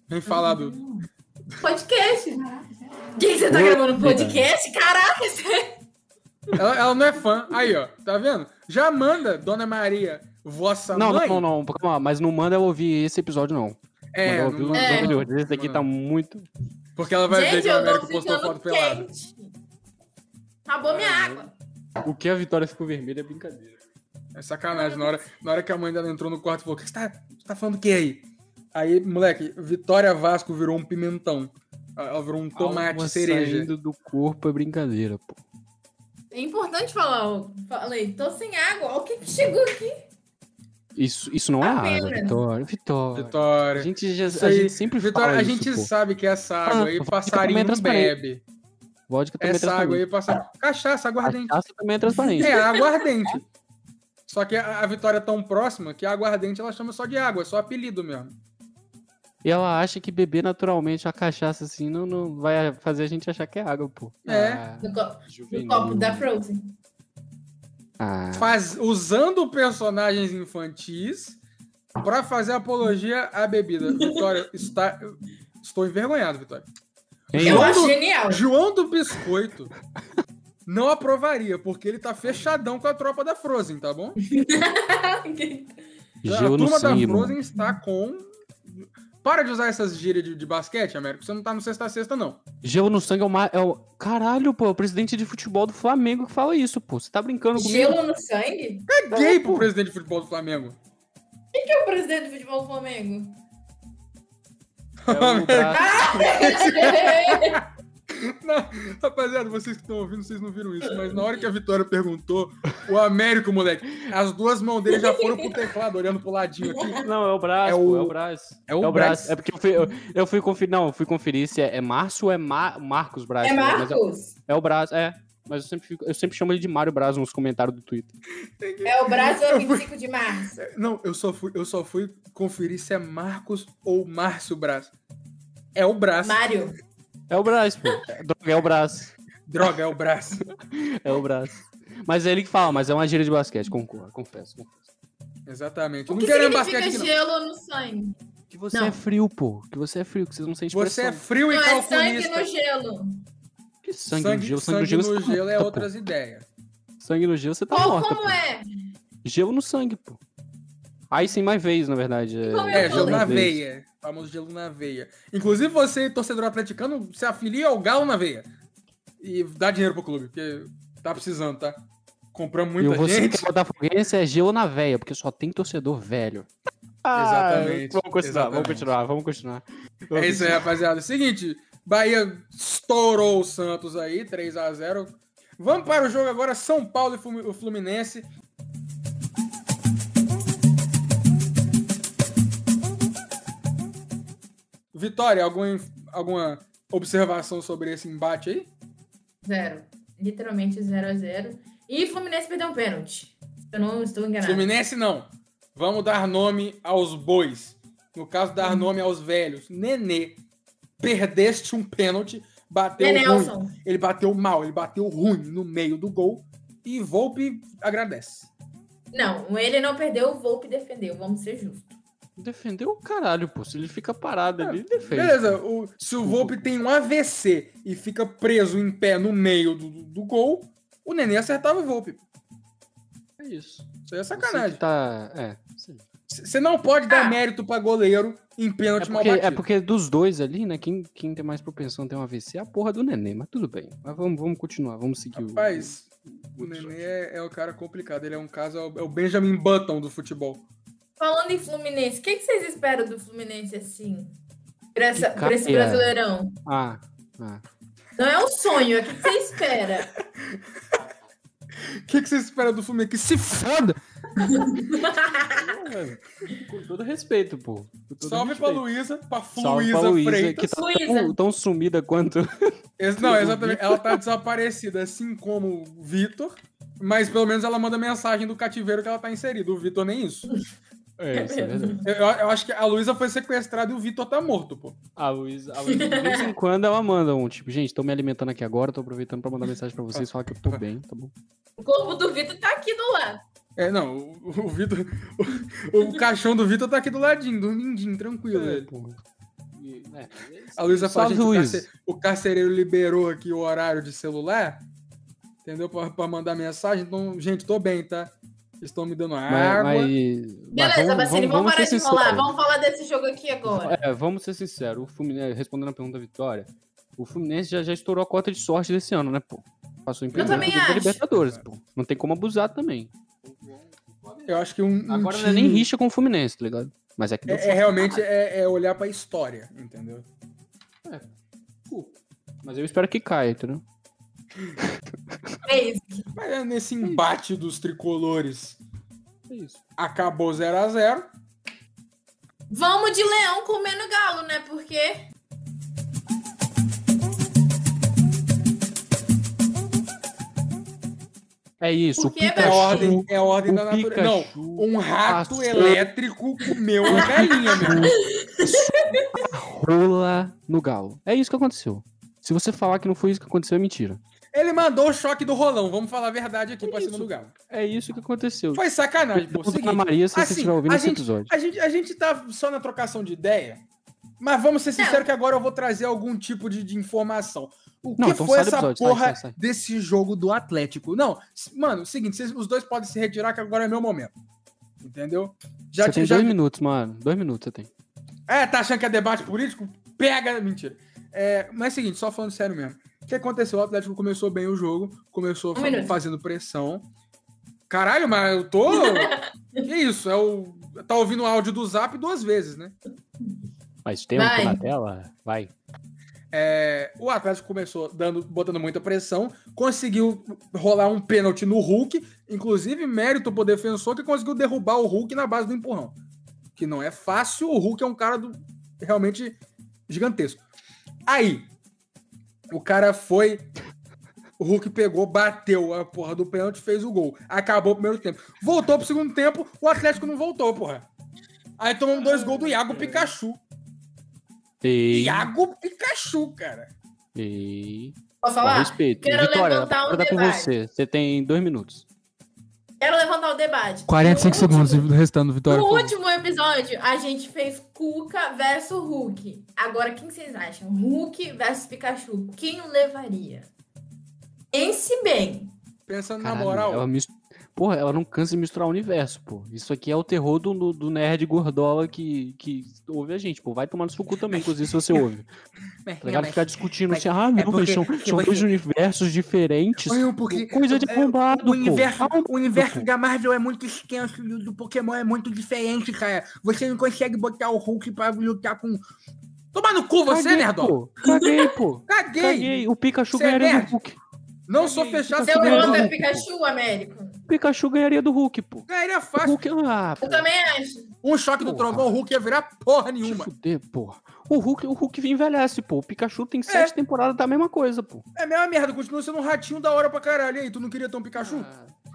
S1: Vem falar do.
S4: Podcast. Quem você tá gravando podcast? Caraca, é você...
S1: Ela, ela não é fã. Aí, ó. Tá vendo? Já manda, dona Maria, vossa
S2: Não,
S1: mãe.
S2: não, não, não, calma lá, mas não manda eu ouvir esse episódio, não.
S1: É,
S2: manda eu
S1: não
S2: ouvir os
S1: manda,
S4: É.
S1: não.
S2: anteriores. Esse daqui tá muito.
S1: Porque ela vai ver
S4: Gente,
S1: que o
S4: eu tô
S1: Américo postou
S4: ficando
S1: foto pelada.
S4: quente. Acabou minha água.
S2: O que a Vitória ficou vermelha é brincadeira.
S1: É sacanagem. Na hora, na hora que a mãe dela entrou no quarto e falou: "Que Você tá, você tá falando o que aí? Aí, moleque, Vitória Vasco virou um pimentão. Ela virou um tomate
S2: Alma
S1: cereja.
S2: saindo do corpo é brincadeira, pô.
S4: É importante falar, ó. falei, tô sem água. Olha o que, que chegou aqui.
S2: Isso, isso não é água,
S4: Apenas.
S2: Vitória. Vitória. A
S1: Vitória.
S2: gente, já,
S1: Isso
S2: a
S1: aí,
S2: gente sempre
S1: Vitória,
S2: fala
S1: a
S2: isso,
S1: gente
S2: pô.
S1: sabe que essa água aí
S2: Ah,
S1: passarinho
S2: também é
S1: não
S2: transparente.
S1: bebe.
S2: Vodka também é
S1: Essa água aí
S2: transparente.
S1: passa. Cachaça, aguardente.
S2: Cachaça também é transparente.
S1: É, aguardente. Só que a a Vitória é tão próxima que a aguardente ela chama só de água, é só apelido mesmo.
S2: E ela acha que beber naturalmente a cachaça assim não, não vai fazer a gente achar que é água, pô.
S1: É.
S2: Ah,
S4: No, co- no
S2: juvenil.
S1: um
S4: copo da Frozen.
S2: Ah,
S1: Faz, usando personagens infantis pra fazer apologia à bebida. Vitória, está, estou envergonhado, Vitória.
S2: hein?
S4: Eu
S1: João
S4: acho
S1: do-
S4: genial.
S1: João do Biscoito não aprovaria, porque ele tá fechadão com a tropa da Frozen, tá bom? Tá Então, a
S2: Gelo no
S1: turma da
S2: sangue, mano.
S1: Frozen está com. Para de usar essas gírias de, de basquete, Américo. Você não tá no sexta-sexta, não.
S2: Gelo no sangue é o, ma- é o. Caralho, pô, é o presidente de futebol do Flamengo que fala isso, pô. Você tá brincando comigo?
S4: Gelo no sangue?
S1: É gay pro presidente de futebol do Flamengo.
S4: Quem que é o presidente do futebol do Flamengo?
S2: É o braço-
S1: é, Não, rapaziada, vocês que estão ouvindo, vocês não viram isso, mas na hora que a Vitória perguntou, o Américo, moleque, as duas mãos dele já foram pro teclado, olhando pro ladinho aqui.
S2: Não, é o braço,
S1: É
S2: pô, é
S1: o-
S2: o braço.
S1: é o Brás.
S2: É porque eu fui, eu, eu fui conferir. Não, eu fui conferir se é, é Márcio ou é Ma- Marcos Braz.
S4: É
S2: pô, mas
S4: Marcos.
S2: é, é o Braz, é. Mas eu sempre, fico- eu sempre chamo ele de Mário Braz nos comentários do Twitter.
S4: É o Brasil é 25 de março.
S1: Não, eu só fui, eu só fui conferir se é Marcos ou Márcio Braz. É o Brás.
S4: Mário.
S2: É o Braz, pô. É, droga, é o Braz.
S1: Droga, é o Brás.
S2: É o Braz. Mas é ele que fala, mas é uma gíria de basquete, concordo, confesso. confesso.
S1: Exatamente.
S4: O
S1: Não
S4: que
S1: queremos
S4: significa
S1: basquete aqui, não.
S4: gelo no sangue?
S2: Que você
S4: Não.
S2: é frio, pô. Que você é frio, que vocês não sentem
S1: Você é
S2: pressão.
S1: frio e
S4: Não, é sangue
S1: calculista.
S4: no gelo.
S2: Que sangue, no
S1: sangue,
S2: gelo, sangue, no gelo.
S1: no
S2: você tá
S1: gelo é
S2: morta, pô.
S1: outras ideias.
S2: Sangue no gelo, você tá
S4: Qual,
S2: morta.
S4: como
S2: pô.
S4: é?
S2: Gelo no sangue, pô. Aí sim, mais vez, na verdade.
S4: Como
S1: É,
S4: Eu
S1: gelo
S4: falei.
S1: na veia. Famoso gelo na veia. Inclusive, você, torcedor atleticano, se afilia ao galo na veia. E dá dinheiro pro clube, porque tá precisando, tá? Compramos
S2: E
S1: muita
S2: você
S1: gente.
S2: que é botafoguense é gelo na véia, porque só tem torcedor velho. Ah,
S1: Exatamente,
S2: Vamos continuar, vamos
S1: exatamente.
S2: continuar, vamos continuar.
S1: É isso aí, rapaziada. Seguinte, Bahia estourou o Santos aí, 3 a 0 Vamos para o jogo agora, São Paulo e Fumi- o Fluminense. Vitória, alguma, inf- alguma observação sobre esse embate aí?
S4: Zero. Literalmente 0 a 0 E Fluminense perdeu um pênalti. Eu não estou enganado.
S1: Fluminense não. Vamos dar nome aos bois. No caso,
S4: Uhum.
S1: dar nome aos velhos. Nenê, perdeste um pênalti, bateu
S4: Nenê
S1: ruim.
S4: Elson.
S1: Ele bateu mal, ele bateu ruim no meio do gol. E Volpe agradece.
S4: Não, ele não perdeu, o Volpe defendeu. Vamos ser justos.
S2: Defendeu o caralho, pô. Se ele fica parado ali, ele defende.
S1: É, Ah, Beleza, o- se o Volpe tem um AVC e fica preso em pé no meio do, do- do gol, o Nenê acertava o Volpe.
S2: É isso.
S1: Isso aí é
S2: Você que
S1: sacanagem.
S2: tá... É, sim.
S1: C- Você não pode dar
S4: Ah.
S1: mérito pra goleiro em
S2: É
S1: pênalti mal
S2: porque,
S1: batido.
S2: é porque dos dois ali, né? Quem, quem tem mais propensão a ter um AVC é a porra do neném, mas tudo bem. Mas vamos, vamos continuar, vamos seguir o-
S1: Rapaz, o Nenê é, é o cara complicado. Ele é um caso, é o- é o Benjamin Button do futebol.
S4: Falando em Fluminense, o que, que vocês esperam do Fluminense assim? Pra, essa-
S2: Que
S4: pra esse
S2: cadeira.
S4: brasileirão?
S2: Ah, ah.
S4: Não é um sonho, é o que você espera.
S1: O que, que você espera do Fluminense? Que se foda!
S2: Com todo respeito, pô. Com todo
S1: Salve pra
S2: respeito.
S1: Luísa, pra
S2: Salve pra
S1: Fluísa
S2: Luísa,
S1: Freitas.
S2: que tá
S4: Luísa.
S2: tão, tão sumida quanto.
S1: Ex- Não, exatamente. Ela tá desaparecida, assim como o Vitor. Mas pelo menos ela manda mensagem do cativeiro que ela tá inserida. O Vitor nem isso.
S2: É, isso é verdade.
S1: Eu, eu acho que a Luísa foi sequestrada e o Vitor tá morto, pô.
S2: A Luísa, a Luísa, de vez em quando ela manda um, tipo, gente, tô me alimentando aqui agora, tô aproveitando pra mandar mensagem pra vocês, falar que eu tô bem, tá bom?
S4: O corpo do Vitor tá aqui do lado.
S1: É, não, o, o Vitor. O, o caixão do Vitor tá aqui do ladinho, dormindinho, tranquilo.
S2: É,
S1: velho.
S2: pô. E, é, é isso.
S1: A Luísa fala,
S2: Salve,
S1: gente, o,
S2: Luísa.
S1: carce- o carcereiro liberou aqui o horário de celular, entendeu? Pra, pra mandar mensagem. Então, gente, tô bem, tá? Estão me dando
S2: Mas,
S1: água.
S2: mas, mas
S4: Beleza, Bacini, vamos, parar
S2: ser
S4: de enrolar.
S2: sinceros.
S4: Vamos falar desse jogo aqui agora.
S2: É, vamos ser sinceros, o Fluminense, é, respondendo a pergunta da Vitória, o Fluminense já, já estourou a cota de sorte desse ano, né, pô? Passou em primeiro
S4: também
S2: da
S4: acho.
S2: Libertadores, pô. Não tem como abusar também.
S1: Eu acho que um. um
S2: Agora não é nem
S1: time-
S2: rixa com o Fluminense, tá ligado? Mas é que deu
S1: É, é realmente é, é olhar pra história, entendeu?
S2: Mas eu espero que caia, entendeu?
S4: É isso.
S1: Mas é nesse
S2: Hum.
S1: embate dos tricolores
S2: É isso.
S1: acabou 0x0.
S4: Vamos de leão comendo galo, né? Porque
S2: É isso, o
S4: Porque é
S1: É a
S4: Pikachu,
S1: ordem,
S2: Pikachu...
S1: é a ordem
S2: o
S1: da natureza. Não,
S2: Pikachu
S1: um rato
S2: passou-
S1: elétrico comeu uma galinha, meu. irmão.
S2: rola no galo. É isso que aconteceu. Se você falar que não foi isso que aconteceu, é mentira.
S1: Ele mandou o choque do rolão, vamos falar a verdade aqui pra cima
S2: isso.
S1: do galo.
S2: É isso que aconteceu.
S1: Foi sacanagem. pô.
S2: Pergunta pra
S1: Seguinte,
S2: Maria se
S1: assim,
S2: você estiver ouvindo
S1: a
S2: esse
S1: gente-
S2: episódio.
S1: a, gente, a gente tá só na trocação de ideia, mas vamos ser sinceros que agora eu vou trazer algum tipo de, de informação. O
S2: Não,
S1: que
S2: então
S1: foi
S2: sai do
S1: essa
S2: episódio, sai,
S1: porra
S2: sai, sai.
S1: desse jogo do Atlético? Não, s- mano, seguinte, vocês, os dois podem se retirar que agora é meu momento. Entendeu? Já
S2: você
S1: te-
S2: tem
S1: já,
S2: dois minutos, mano. Dois minutos você tem.
S1: É, tá achando que é debate político? Pega! Mentira. É, mas é o seguinte, só falando sério mesmo. O que aconteceu? O Atlético começou bem o jogo, começou
S4: Um
S1: fa-
S4: minuto.
S1: fazendo pressão. Caralho, mas eu tô. que isso? É o... Tá ouvindo o áudio do zap duas vezes, né?
S2: Mas um
S4: tempo Vai. na
S2: tela? Vai.
S1: É, o Atlético começou dando, botando muita pressão, conseguiu rolar um pênalti no Hulk, inclusive mérito pro defensor que conseguiu derrubar o Hulk na base do empurrão. Que não é fácil, o Hulk é um cara do- realmente gigantesco. Aí, o cara foi. O Hulk pegou, bateu a porra do pênalti, fez o gol. Acabou o primeiro tempo. Voltou pro segundo tempo, o Atlético não voltou, porra. Aí tomamos dois gols do Iago Pikachu.
S2: E...
S1: Iago Pikachu, cara.
S2: e...
S4: posso
S2: Com
S4: falar?
S2: respeito.
S4: quero
S2: Vitória,
S4: levantar um
S2: agora tá com
S4: debate.
S2: você. Você tem dois minutos.
S4: Quero levantar o debate.
S1: 45
S4: No último-
S1: segundos restando, Vitória.
S4: No
S1: por favor.
S4: último episódio, a gente fez Cuca versus Hulk. Agora, quem vocês acham? Hulk versus Pikachu. Quem levaria? Pense bem.
S1: Pensa na
S2: Caralho,
S1: moral.
S2: Ela mis- Porra, ela não cansa de misturar o universo, pô. Isso aqui é o terror do, do- do nerd gordola que, que ouve a gente, pô. Vai tomar no seu cu também, inclusive, se você ouve. Tá ligado? Ficar discutindo
S1: mas
S2: assim, ah, não,
S1: É porque-
S2: mas são,
S1: porque
S2: são
S1: você-
S2: dois universos diferentes.
S1: Não, porque
S2: Coisa de
S1: é,
S2: arrombado,
S1: o universo,
S2: pô.
S1: o universo da Marvel é muito extenso e o do Pokémon é muito diferente, cara. Você não consegue botar o Hulk pra lutar com. Toma no cu você,
S2: Caguei,
S1: nerdão!
S2: pô. Caguei, pô.
S1: Caguei!
S2: Caguei. O Pikachu
S1: Você é
S2: ganharia
S1: nerd.
S2: do Hulk.
S1: Não sou fechado
S4: Seu
S1: com
S2: Caguei. Tipo assim,
S1: nerdão.
S4: nome
S2: Caguei.
S4: é Pikachu, Américo.
S2: O Pikachu ganharia do Hulk, pô.
S1: Ganharia
S2: O
S1: é fácil.
S2: Hulk, ah, pô.
S4: Eu também acho.
S2: Tipo,
S1: Um choque do
S2: Porra.
S1: trovão, o Hulk ia virar porra
S2: Te
S1: nenhuma.
S2: fuder, porra. O Hulk, o Hulk envelhece, pô. O Pikachu tem sete temporadas da mesma coisa, pô.
S1: É a mesma merda, continua sendo um ratinho da hora pra caralho. E aí, tu não queria ter um Pikachu?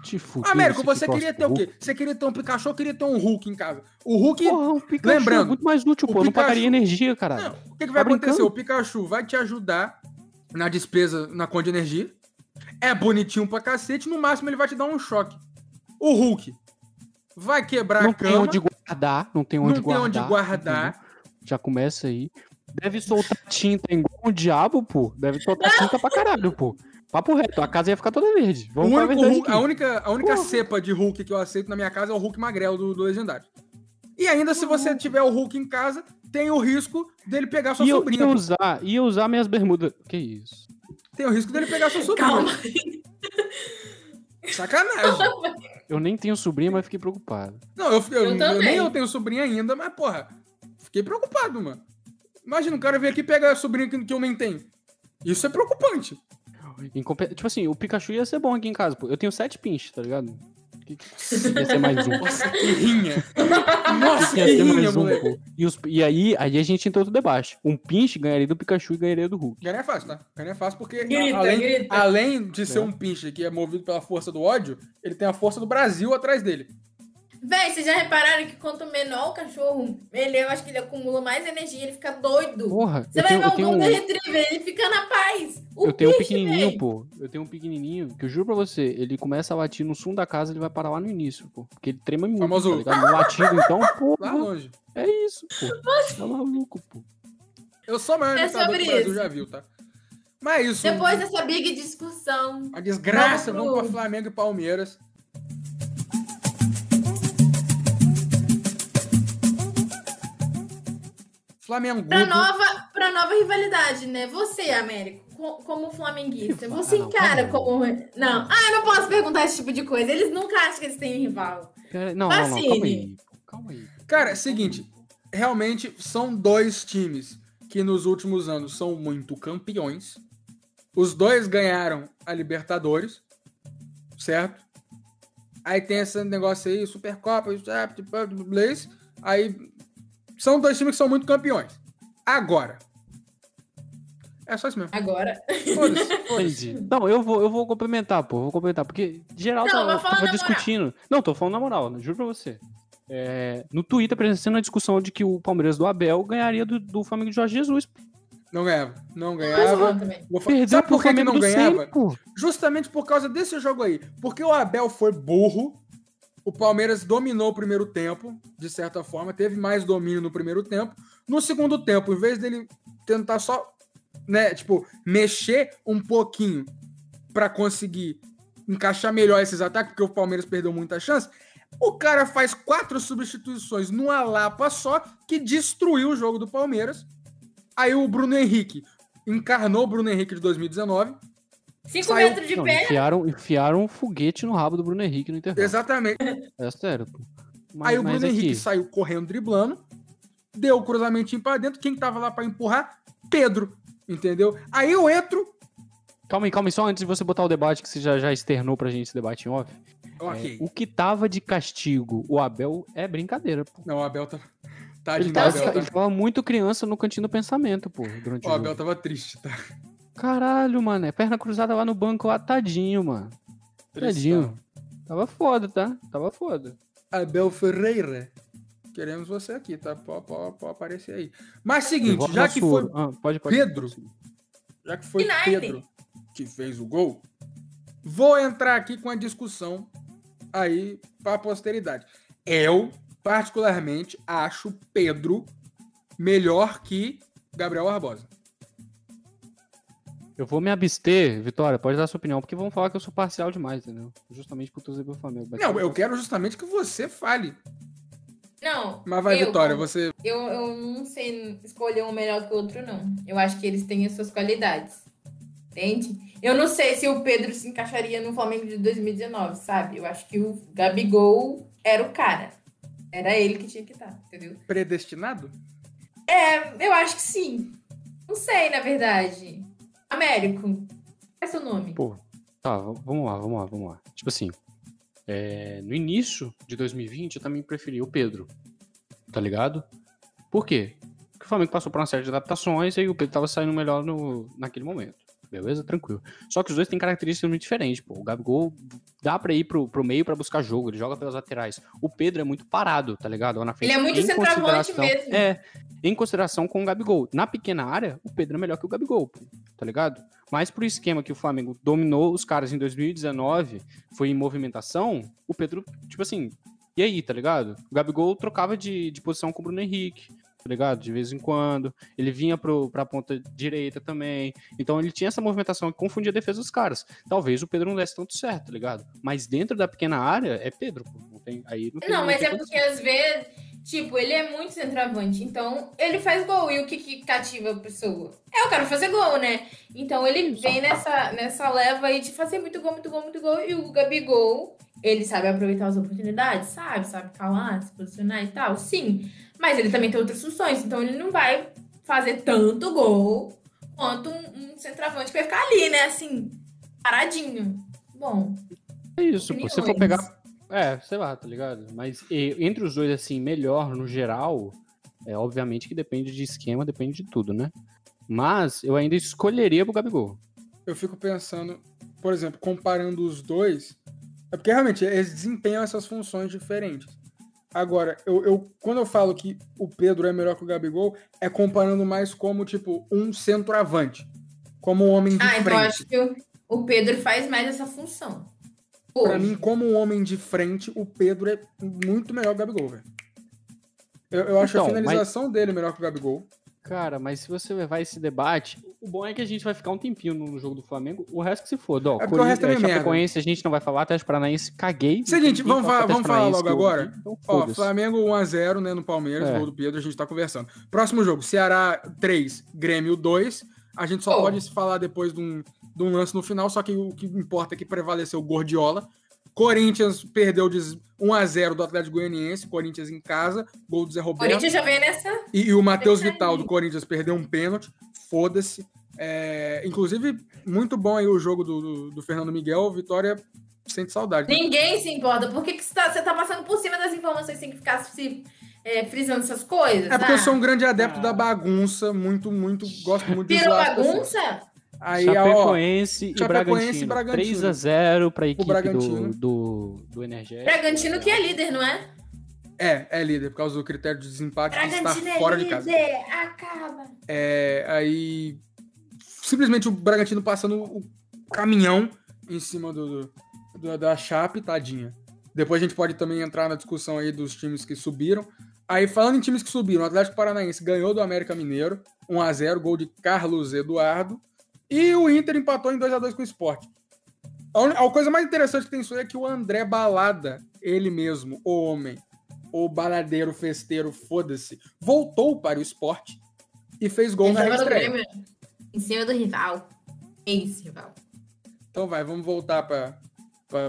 S2: Te fuder.
S1: Américo,
S2: Ah, esse é
S1: você
S2: que
S1: queria
S2: torce
S1: ter o
S2: pro
S1: quê? Você queria ter um Pikachu ou queria ter um Hulk em casa? O Hulk.
S2: Porra, um Pikachu Lembrando,
S1: Lembrando,
S2: é muito mais útil,
S1: o
S2: pô. Eu Não
S1: Pikachu-
S2: pagaria energia, caralho.
S1: Não, o que, que vai
S2: Tá
S1: acontecer?
S2: brincando?
S1: O Pikachu vai te ajudar na despesa, na conta de energia. É bonitinho pra cacete, no máximo ele vai te dar um choque. O Hulk vai quebrar
S2: Não,
S1: a
S2: tem
S1: cama,
S2: onde guardar. Não tem
S1: não
S2: onde
S1: tem
S2: guardar.
S1: onde
S2: entendeu?
S1: guardar.
S2: Já começa aí. Deve soltar tinta igual um diabo, pô. Deve soltar tinta pra caralho, pô. Papo reto, a casa ia ficar toda verde.
S1: O
S2: Vamos pra
S1: único
S2: verdade
S1: Hulk- a
S2: aqui.
S1: única, a única
S2: Porra.
S1: cepa de Hulk que eu aceito na minha casa é o Hulk magrelo do, do Legendário. E ainda, se você tiver o Hulk em casa, tem o risco dele pegar sua
S2: E eu
S1: sobrinha.
S2: ia usar, ia usar minhas bermudas. Que isso?
S1: Tem o risco dele pegar sua sobrinha.
S4: Calma.
S1: Sacanagem.
S2: Eu nem tenho sobrinha, mas fiquei preocupado.
S1: Não, eu, fiquei-
S4: Eu
S1: eu- eu
S4: também.
S1: nem eu tenho sobrinha ainda, mas, porra, fiquei preocupado, mano. Imagina, o cara vir aqui e pega a sobrinha que, que eu nem tenho. Isso é preocupante.
S2: Incompe- Tipo assim, o Pikachu ia ser bom aqui em casa, pô. Eu tenho sete pinches, tá ligado? Que- Ia ser mais um.
S1: Nossa, que rinha. Nossa, que
S2: Ia ter
S1: rinha,
S2: mais um,
S1: moleque.
S2: pô. E, os- e aí, aí a gente entrou do debate. Um pinche ganharia do Pikachu e ganharia do Hulk.
S1: Ganhar é fácil, tá? Ganhar é fácil porque,
S4: Grita,
S1: além,
S4: grita.
S1: além de ser
S2: É.
S1: um pinche que é movido pela força do ódio, ele tem a força do Brasil atrás dele.
S4: Véi, vocês já repararam que quanto menor o cachorro, ele, eu acho que ele acumula mais energia, ele fica doido.
S2: Porra,
S4: Você
S2: eu
S4: vai
S2: tenho,
S4: ver
S2: eu
S4: um
S2: tenho
S4: Golden
S2: um,
S4: Retriever, ele fica na paz. O
S2: eu tenho um
S4: bicho,
S2: pequenininho,
S4: véi.
S2: pô. Eu tenho um pequenininho que eu juro pra você, ele começa a latir no fundo da casa, ele vai parar lá no início, pô. Porque ele trema muito,
S1: Famoso.
S2: tá ligado? No latido, então,
S1: Lá
S4: Uhum.
S2: porra,
S1: longe.
S2: é isso, pô. Tá maluco, pô.
S1: Eu sou o maior
S4: É
S1: imitador que o
S4: sobre
S1: Brasil
S4: isso.
S1: já viu, tá? Mas é isso.
S4: Depois dessa big discussão.
S1: A desgraça,
S4: Vamos
S1: vamos
S4: pro-
S1: para Flamengo e Palmeiras. Flamengo.
S4: Pra nova, pra nova rivalidade, né? Você, Américo, co- como
S2: Que
S4: flamenguista, você
S2: fa- ah, não,
S4: encara
S2: calma.
S4: como. Não, ah, eu não posso perguntar esse tipo de coisa. Eles nunca acham que eles têm rival.
S2: Pera- Não, não,
S4: Assim,
S2: não, calma aí.
S4: Vacile.
S2: pô, Calma aí.
S1: Cara, é seguinte, realmente são dois times que nos últimos anos são muito campeões. Os dois ganharam a Libertadores, certo? Aí tem esse negócio aí, Supercopa, isso, ah, tipo, Blaze. Aí são dois times que são muito campeões. Agora. É só isso mesmo.
S4: Agora.
S1: Foda-se, foda-se.
S2: Entendi. Não, eu vou, eu vou complementar, pô. eu Vou complementar. Porque geral
S4: Não,
S2: tava,
S4: mas fala
S2: tava
S4: na moral.
S2: discutindo. Não, tô falando na moral, né? juro pra você. É, no Twitter aparecendo a discussão de que o Palmeiras do Abel ganharia do, do Flamengo de Jorge Jesus.
S1: Não ganhava. Não
S4: Mas
S1: ganhava.
S4: também.
S1: Vou fa-
S2: é. Perdeu
S1: Sabe
S2: pro
S1: por que, que
S2: Flamengo
S1: não
S2: do
S1: ganhava?
S2: Ceni, pô.
S1: Justamente por causa desse jogo aí. Porque o Abel foi burro. O Palmeiras dominou o primeiro tempo, de certa forma, teve mais domínio no primeiro tempo. No segundo tempo, em vez dele tentar só, né, tipo, mexer um pouquinho pra conseguir encaixar melhor esses ataques, porque o Palmeiras perdeu muita chance, o cara faz quatro substituições numa lapa só que destruiu o jogo do Palmeiras. Aí o Bruno Henrique encarnou o Bruno Henrique de 2019.
S4: Cinco
S1: Saiu-
S4: metros de
S2: Não,
S4: pé.
S2: enfiaram, enfiaram um foguete no rabo do Bruno Henrique no intervalo.
S1: Exatamente.
S2: É sério, pô. Mas, é
S1: Aí o
S2: mas
S1: Bruno
S2: aqui,
S1: Henrique saiu correndo, driblando, deu o cruzamentinho pra dentro. Quem tava lá pra empurrar? Pedro, entendeu? Aí eu entro.
S2: Calma aí, calma aí, só antes de você botar o debate que você já, já externou pra gente esse debate em off. é,
S1: Ok.
S2: o que tava de castigo, o Abel, é brincadeira, pô.
S1: Não, o Abel tá. Tadinho
S2: Ele
S1: do
S2: tava,
S1: Abel,
S2: ele
S1: tá?
S2: tava muito criança no cantinho do pensamento, pô, durante
S1: O
S2: o jogo.
S1: Abel tava triste, tá?
S2: Caralho, mano, é perna cruzada lá no banco, lá, tadinho, mano.
S1: Tristão.
S2: Tadinho. Tava foda, tá? Tava foda.
S1: Abel Ferreira. Queremos você aqui, tá? Pode, pode, pode aparecer aí. Mas seguinte,
S2: Levou
S1: já
S2: na
S1: que,
S2: sua.
S1: foi,
S2: Ah, pode, pode.
S1: Pedro. já que foi
S4: United.
S1: Pedro que fez o gol, vou entrar aqui com a discussão aí pra posteridade. Eu, particularmente, acho Pedro melhor que Gabriel Barbosa.
S2: Eu vou me abster, Vitória, pode dar sua opinião, porque vão falar que eu sou parcial demais, entendeu? Justamente por torcer pro Flamengo. mas- tá
S1: Não, eu quero justamente que você fale.
S4: Não.
S1: Mas vai,
S4: eu,
S1: Vitória, você.
S4: Eu, eu não sei escolher um melhor que o outro, não. Eu acho que eles têm as suas qualidades. Entende? Eu não sei se o Pedro se encaixaria no Flamengo de 2019, sabe? Eu acho que o Gabigol era o cara. Era ele que tinha que estar, entendeu?
S1: Predestinado?
S4: É, eu acho que sim. Não sei, na verdade. Américo, qual é seu nome?
S2: Pô, tá, v- vamos lá, vamos lá, vamos lá. Tipo assim, é, no início de 2020 eu também preferi o Pedro, tá ligado? Por quê? Porque o Flamengo passou por uma série de adaptações e aí o Pedro tava saindo melhor no, naquele momento. Beleza? Tranquilo. Só que os dois têm características muito diferentes, pô. O Gabigol dá pra ir pro, pro meio pra buscar jogo, ele joga pelas laterais. O Pedro é muito parado, tá ligado? Lá na frente.
S4: Ele é muito
S2: Em
S4: centroavante
S2: consideração-
S4: mesmo.
S2: É, em consideração com o Gabigol. Na pequena área, o Pedro é melhor que o Gabigol, pô, tá ligado? Mas pro esquema que o Flamengo dominou os caras em 2019, foi em movimentação, o Pedro, tipo assim, e aí, tá ligado? O Gabigol trocava de, de posição com o Bruno Henrique, tá ligado? De vez em quando. Ele vinha pro, pra ponta direita também. Então ele tinha essa movimentação que confundia a defesa dos caras. Talvez o Pedro não desse tanto certo, tá ligado? Mas dentro da pequena área, é Pedro, pô. Não tem, aí não tem
S4: Não, mas
S2: tem
S4: é porque às vezes, tipo, ele é muito centroavante, então ele faz gol. E o que, que cativa a pessoa? É, eu quero fazer gol, né? Então ele vem nessa, nessa leva aí de fazer muito gol, muito gol, muito gol. E o Gabigol, ele sabe aproveitar as oportunidades, sabe? Sabe calar, se posicionar e tal, sim. Mas ele também tem outras funções, então ele não vai fazer tanto gol quanto um, um centroavante que vai ficar ali, né? Assim, paradinho. Bom,
S2: É isso, pô. Se for
S4: opiniões.
S2: pegar. É, sei lá, tá ligado? Mas e- entre os dois, assim, melhor no geral, é obviamente que depende de esquema, depende de tudo, né? Mas eu ainda escolheria pro Gabigol.
S1: Eu fico pensando, por exemplo, comparando os dois. É porque realmente eles desempenham essas funções diferentes. Agora, eu, eu- quando eu falo que o Pedro é melhor que o Gabigol, é comparando mais como, tipo, um centroavante. Como um homem de
S4: Ah, então eu
S1: frente.
S4: acho que o- o Pedro faz mais essa função.
S1: Pra
S4: Hoje.
S1: mim, como um homem de frente, o Pedro é muito melhor que o Gabigol, velho. Eu, eu acho a
S2: Então, mas-
S1: finalização dele melhor que o Gabigol.
S2: Cara, mas se você levar esse debate, o bom é que a gente vai ficar um tempinho no jogo do Flamengo, o resto que se foda. Ó,
S1: É porque o resto
S2: Corinthians-
S1: também é merda.
S2: Chapecoense, a gente não vai falar, até Paranaense, caguei. não
S1: Seguinte,
S2: tem
S1: vamos
S2: quem
S1: fa-
S2: fala
S1: vamos
S2: Atlético
S1: falar logo
S2: Paranaense que eu
S1: agora?
S2: ouvi, então
S1: Ó,
S2: foda-se.
S1: Flamengo 1x0, né, no Palmeiras,
S2: É.
S1: gol do Pedro, a gente tá conversando. Próximo jogo, Ceará 3, Grêmio 2. A gente só
S4: Oh.
S1: pode se falar depois de um, de um lance no final, só que o que importa é que prevaleceu o Gordiola. Corinthians perdeu de 1x0 do Atlético Goianiense, Corinthians em casa, gol do Zé
S4: O
S1: Roberto.
S4: Corinthians já vem nessa.
S1: E, e o Matheus
S4: Deixa
S1: Vital
S4: aí.
S1: do Corinthians perdeu um pênalti, foda-se. É, inclusive, muito bom aí o jogo do, do, do Fernando Miguel. Vitória sente saudade. né?
S4: Ninguém se importa. Por que, que você, tá, você tá passando por cima das informações sem que ficar se é, frisando essas coisas?
S1: É porque eu
S4: ah?
S1: sou um grande adepto
S2: Ah.
S1: da bagunça, muito, muito, gosto muito de
S4: Virou
S1: zoar as pessoas.
S4: bagunça?
S1: Aí, ó,
S2: Chapecoense, e
S1: Chapecoense e
S2: Bragantino.
S1: Bragantino.
S2: 3x0 pra equipe
S1: Bragantino.
S2: do, do, do Energético.
S4: Bragantino que é líder, não é?
S1: é, é líder, por causa do critério de desempate que está
S4: Bragantino é
S1: fora de
S4: líder.
S1: casa.
S4: Acaba.
S1: É, aí, simplesmente o Bragantino passando o caminhão em cima do, do- do- da Chape, tadinha. Depois a gente pode também entrar na discussão aí dos times que subiram. Aí, falando em times que subiram, o Atlético Paranaense ganhou do América Mineiro, 1x0, gol de Carlos Eduardo. E o Inter empatou em 2x2 com o Sport. A, un- a coisa mais interessante que tem isso aí é que o André Balada, ele mesmo, o homem, o baladeiro, festeiro, foda-se, voltou para o esporte e fez gol na
S4: Ele joga no
S1: estreia.
S4: Grêmio, Em cima do rival. Ex-rival.
S1: Então vai, vamos voltar para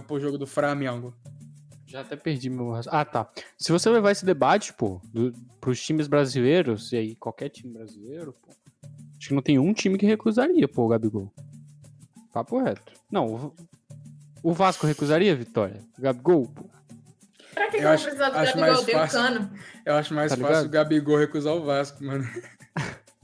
S1: pro jogo do Flamengo.
S2: Já até perdi meu. raci- Ah, tá. Se você levar esse debate, pô, do, pros times brasileiros, e aí qualquer time brasileiro, pô, acho que não tem um time que recusaria, pô, o Gabigol. Papo reto. Não, o, o Vasco recusaria, a Vitória? O Gabigol, pô.
S4: Pra que
S1: Eu
S4: que eu vou
S1: acho-
S4: precisar do
S1: acho
S4: Gabigol?
S1: mais
S4: Tem o
S1: fácil.
S4: cano.
S1: Eu acho mais
S2: Tá
S1: fácil
S2: ligado?
S1: o Gabigol recusar o Vasco, mano.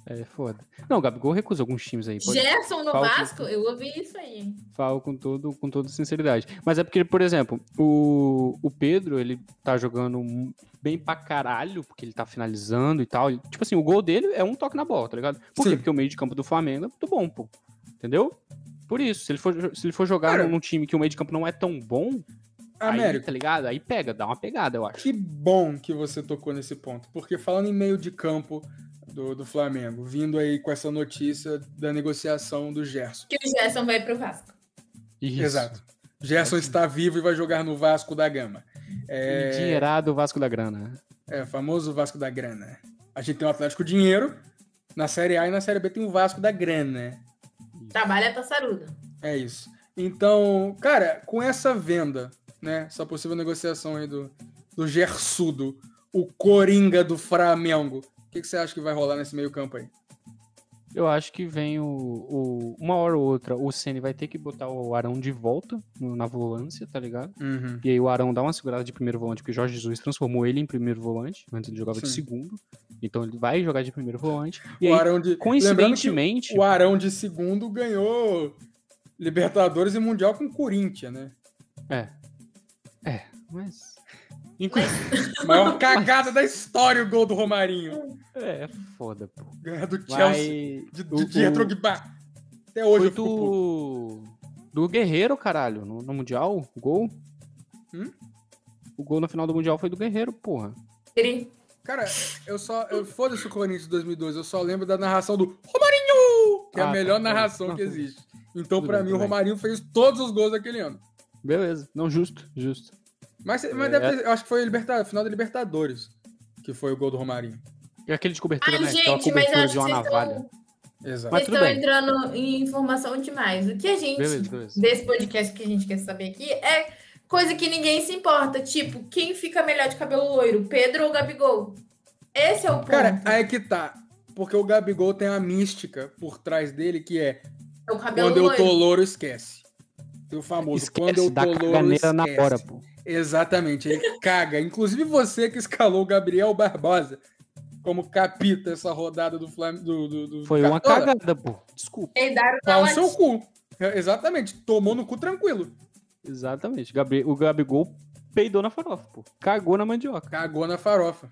S2: É foda. Não, o Gabigol recusa alguns times aí. Pode
S4: Gerson no
S2: Falta-
S4: Vasco? Eu ouvi isso aí. hein?
S2: Falo com, todo, com toda sinceridade. Mas é porque, por exemplo, o, o Pedro, ele tá jogando mu- bem pra caralho, porque ele tá finalizando e tal. Ele- tipo assim, o gol dele é um toque na bola, tá ligado? Por quê?
S1: Sim.
S2: Porque o meio de campo do Flamengo é muito bom, pô. Entendeu? Por isso, se ele for, jo- se ele for jogar
S1: Cara.
S2: num time que o meio de campo não é tão bom, aí,
S1: Américo,
S2: tá ligado? Aí pega, dá uma pegada, eu acho.
S1: que bom que você tocou nesse ponto. Porque falando em meio de campo, do, do Flamengo, vindo aí com essa notícia da negociação do Gerson.
S4: Que o Gerson vai pro Vasco.
S2: Isso.
S1: Exato. Gerson está vivo e vai jogar no Vasco da Gama. É,
S2: Endinheirado Vasco da Grana.
S1: é famoso Vasco da Grana. A gente tem o Atlético Dinheiro, na Série A e na Série B tem o Vasco da Grana.
S4: Trabalha passarudo.
S1: É isso. Então, cara, com essa venda, né? Essa possível negociação aí do, do Gersudo, o Coringa do Flamengo. O que, que você acha que vai rolar nesse meio campo aí?
S2: Eu acho que vem o, o- Uma hora ou outra, o Ceni vai ter que botar o Arão de volta no- na volância, tá ligado?
S1: Uhum.
S2: E aí o Arão dá uma segurada de primeiro volante, porque o Jorge Jesus transformou ele em primeiro volante. Antes ele jogava de
S1: Sim.
S2: segundo. Então ele vai jogar de primeiro volante. E
S1: O
S2: aí,
S1: Arão de... Lembrando que
S2: coincidentemente.
S1: o Arão de segundo ganhou Libertadores e Mundial com o Corinthians, né?
S2: Mas. Enqu-
S1: Maior cagada da história o gol do Romarinho.
S2: É, é foda, pô.
S1: Ganhar do Chelsea.
S2: Mas.
S1: De,
S2: o-
S1: de, de
S2: o-
S1: Drogba. Até hoje
S2: Foi
S1: eu fico puto.
S2: do. Do Guerreiro, caralho, no, no Mundial, o gol.
S1: Hum?
S2: O gol na final do Mundial foi do Guerreiro, porra.
S4: Ele
S1: Cara, eu só. Eu, Foda-se o Corinthians de 2002, eu só lembro da narração do Romarinho! Que é
S2: Ah,
S1: a
S2: tá,
S1: melhor
S2: tá.
S1: narração
S2: Não,
S1: que
S2: tudo-
S1: existe. Então,
S2: tudo
S1: pra
S2: bem,
S1: mim, o
S2: tudo bem.
S1: Romarinho fez todos os gols daquele ano.
S2: Beleza, não, justo, justo.
S1: Mas, mas
S2: É.
S1: deve ter, eu acho que foi a liberta- final da Libertadores que foi o gol do Romarinho.
S2: E aquele de cobertura,
S4: Ai,
S2: né? Aquela
S4: gente, mas
S2: cobertura
S4: acho
S2: de
S4: que
S2: uma
S4: vocês
S2: navalha.
S4: estão,
S1: Exato.
S2: Mas
S4: vocês
S2: tudo
S4: estão
S2: bem.
S4: entrando em informação demais. O que a gente,
S2: Beleza, beleza.
S4: desse podcast que a gente quer saber aqui, é coisa que ninguém se importa. Tipo, quem fica melhor de cabelo loiro, Pedro ou Gabigol? Esse é o ponto.
S1: Cara, aí que tá. Porque o Gabigol tem a mística por trás dele que é
S4: é o cabelo
S1: quando eu
S4: loiro.
S1: tô louro, esquece. Tem o famoso quando
S2: Esquece
S1: eu
S2: da
S1: tô louro,
S2: caganeira
S1: esquece.
S2: na hora, pô.
S1: Exatamente, ele caga. Inclusive você que escalou o Gabriel Barbosa como capita essa rodada do Flamengo. Do, do, do
S2: Foi uma
S1: Cartola.
S2: cagada, pô. Desculpa.
S4: E dar uma
S1: Pau no seu
S4: latinha.
S1: cu. É, Exatamente, tomou no cu tranquilo.
S2: Exatamente. Gabri- O Gabigol peidou na farofa, pô. Cagou na mandioca.
S1: Cagou na farofa.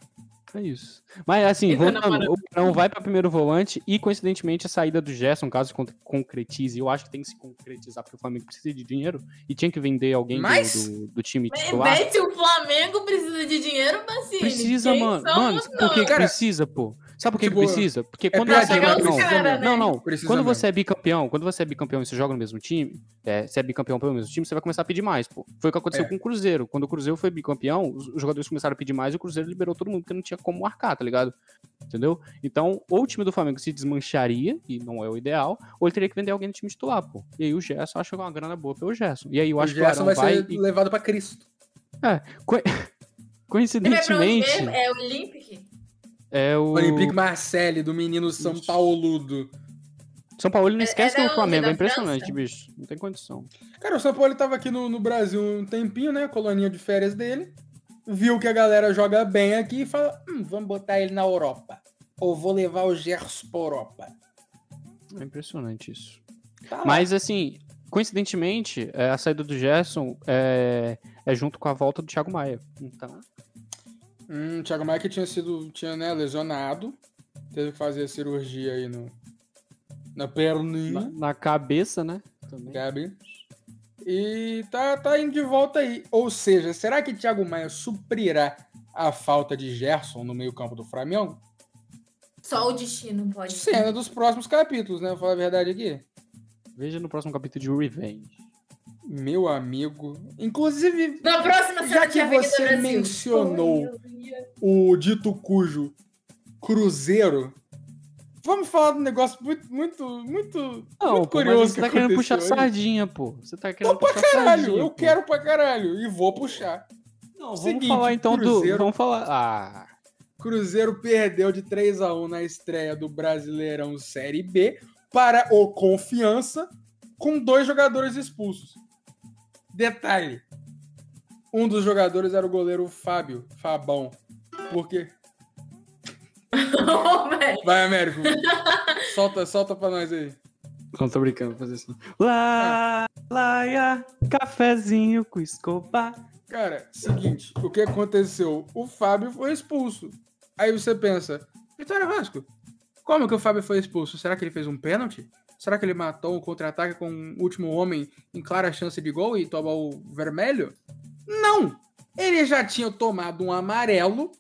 S2: É isso. Mas assim,
S4: Peidou na
S2: voltando, o Arão vai para primeiro volante e, coincidentemente, a saída do Gerson, caso con- concretize, eu acho que tem que se concretizar, porque o Flamengo precisa de dinheiro e tinha que vender alguém do-
S1: Mas-
S2: do, do time titular.
S4: Vê se o Flamengo precisa de dinheiro, Bassini.
S2: Precisa,
S4: Quem
S2: mano.
S4: somos
S2: Mano, por que que
S1: Cara,
S2: precisa, pô? Sabe por que, que
S1: tipo,
S2: precisa? Porque
S1: é
S2: quando
S1: pra
S2: você é
S1: pagar os
S2: campeão.
S4: cara, né?
S2: Não, não.
S1: Precisa
S2: Quando
S1: mesmo.
S2: você é bicampeão, quando você é bicampeão e você joga no mesmo time, é, você é bicampeão pelo mesmo time, você vai começar a pedir mais, pô. Foi o que aconteceu
S1: É.
S2: com o Cruzeiro. Quando o Cruzeiro foi bicampeão, os os jogadores começaram a pedir mais e o Cruzeiro liberou todo mundo porque não tinha como arcar, tá ligado? Entendeu? Então, ou o time do Flamengo se desmancharia, e não é o ideal, ou ele teria que vender alguém do time titular, pô. E aí o Gerson acho que é uma grana boa pelo Gerson. E aí eu
S1: O
S2: acho
S1: Gerson
S2: que
S1: vai
S2: o Arão vai.
S1: ser
S2: e,
S1: levado pra Cristo.
S4: Ele vai pra onde
S2: coincidentemente,
S4: mesmo? É Olympic?
S2: é o.
S1: Olympique Marseille, do menino São Pauludo.
S2: São Paulo não esquece
S4: é
S2: que é
S4: da
S2: o Flamengo,
S4: onde?
S2: é
S4: Da
S2: impressionante,
S4: França?
S2: bicho. Não tem condição.
S1: Cara, o São Paulo tava aqui no, no Brasil um tempinho, né? Coloninha de férias dele. Viu que a galera joga bem aqui e fala: hum, vamos botar ele na Europa. Ou vou levar o Gerson pra Europa.
S2: É impressionante isso.
S1: Tá lá.
S2: Mas assim, coincidentemente, é, a saída do Gerson é, é junto com a volta do Thiago Maia. Então,
S1: Hum, o Thiago Maia que tinha sido tinha, né, lesionado. Teve que fazer a cirurgia aí no, na
S2: na,
S1: perninha.
S2: na cabeça, né? Também.
S1: Gabi. E tá, tá indo de volta aí. Ou seja, será que Thiago Maia suprirá a falta de Gerson no meio-campo do Flamengo?
S4: Só o destino pode.
S1: Cena dos próximos capítulos, né? Vou falar a verdade aqui.
S2: Veja no próximo capítulo de Revenge.
S1: Meu amigo. Inclusive,
S4: Na próxima
S1: já
S4: semana
S1: que você mencionou o dito cujo Cruzeiro. Vamos falar de um negócio muito, muito, muito,
S2: Não,
S1: muito
S2: pô, mas
S1: curioso
S2: você
S1: que
S2: tá querendo puxar
S1: aconteceu aí.
S2: sardinha, pô. Você tá querendo
S1: Não, pra
S2: puxar
S1: caralho,
S2: sardinha.
S1: eu
S2: pô.
S1: quero pra caralho. E vou puxar.
S2: Não, vamos
S1: Seguinte,
S2: falar então do.
S1: Cruzeiro-
S2: Vamos falar. Ah,
S1: Cruzeiro perdeu de 3 a 1 na estreia do Brasileirão Série B para o Confiança, com dois jogadores expulsos. Detalhe: um dos jogadores era o goleiro Fábio, Fabão. Porque.
S4: é?
S1: Vai, Américo. solta, solta pra nós aí.
S2: não tô brincando, vou fazer isso. Lá, laia, cafezinho com escobar.
S1: Cara, seguinte, o que aconteceu? O Fábio foi expulso. Aí você pensa, Vitória Vasco, como que o Fábio foi expulso? Será que ele fez um pênalti? Será que ele matou o contra-ataque com o último homem em clara chance de gol e toma o vermelho? Não! Ele já tinha tomado um amarelo,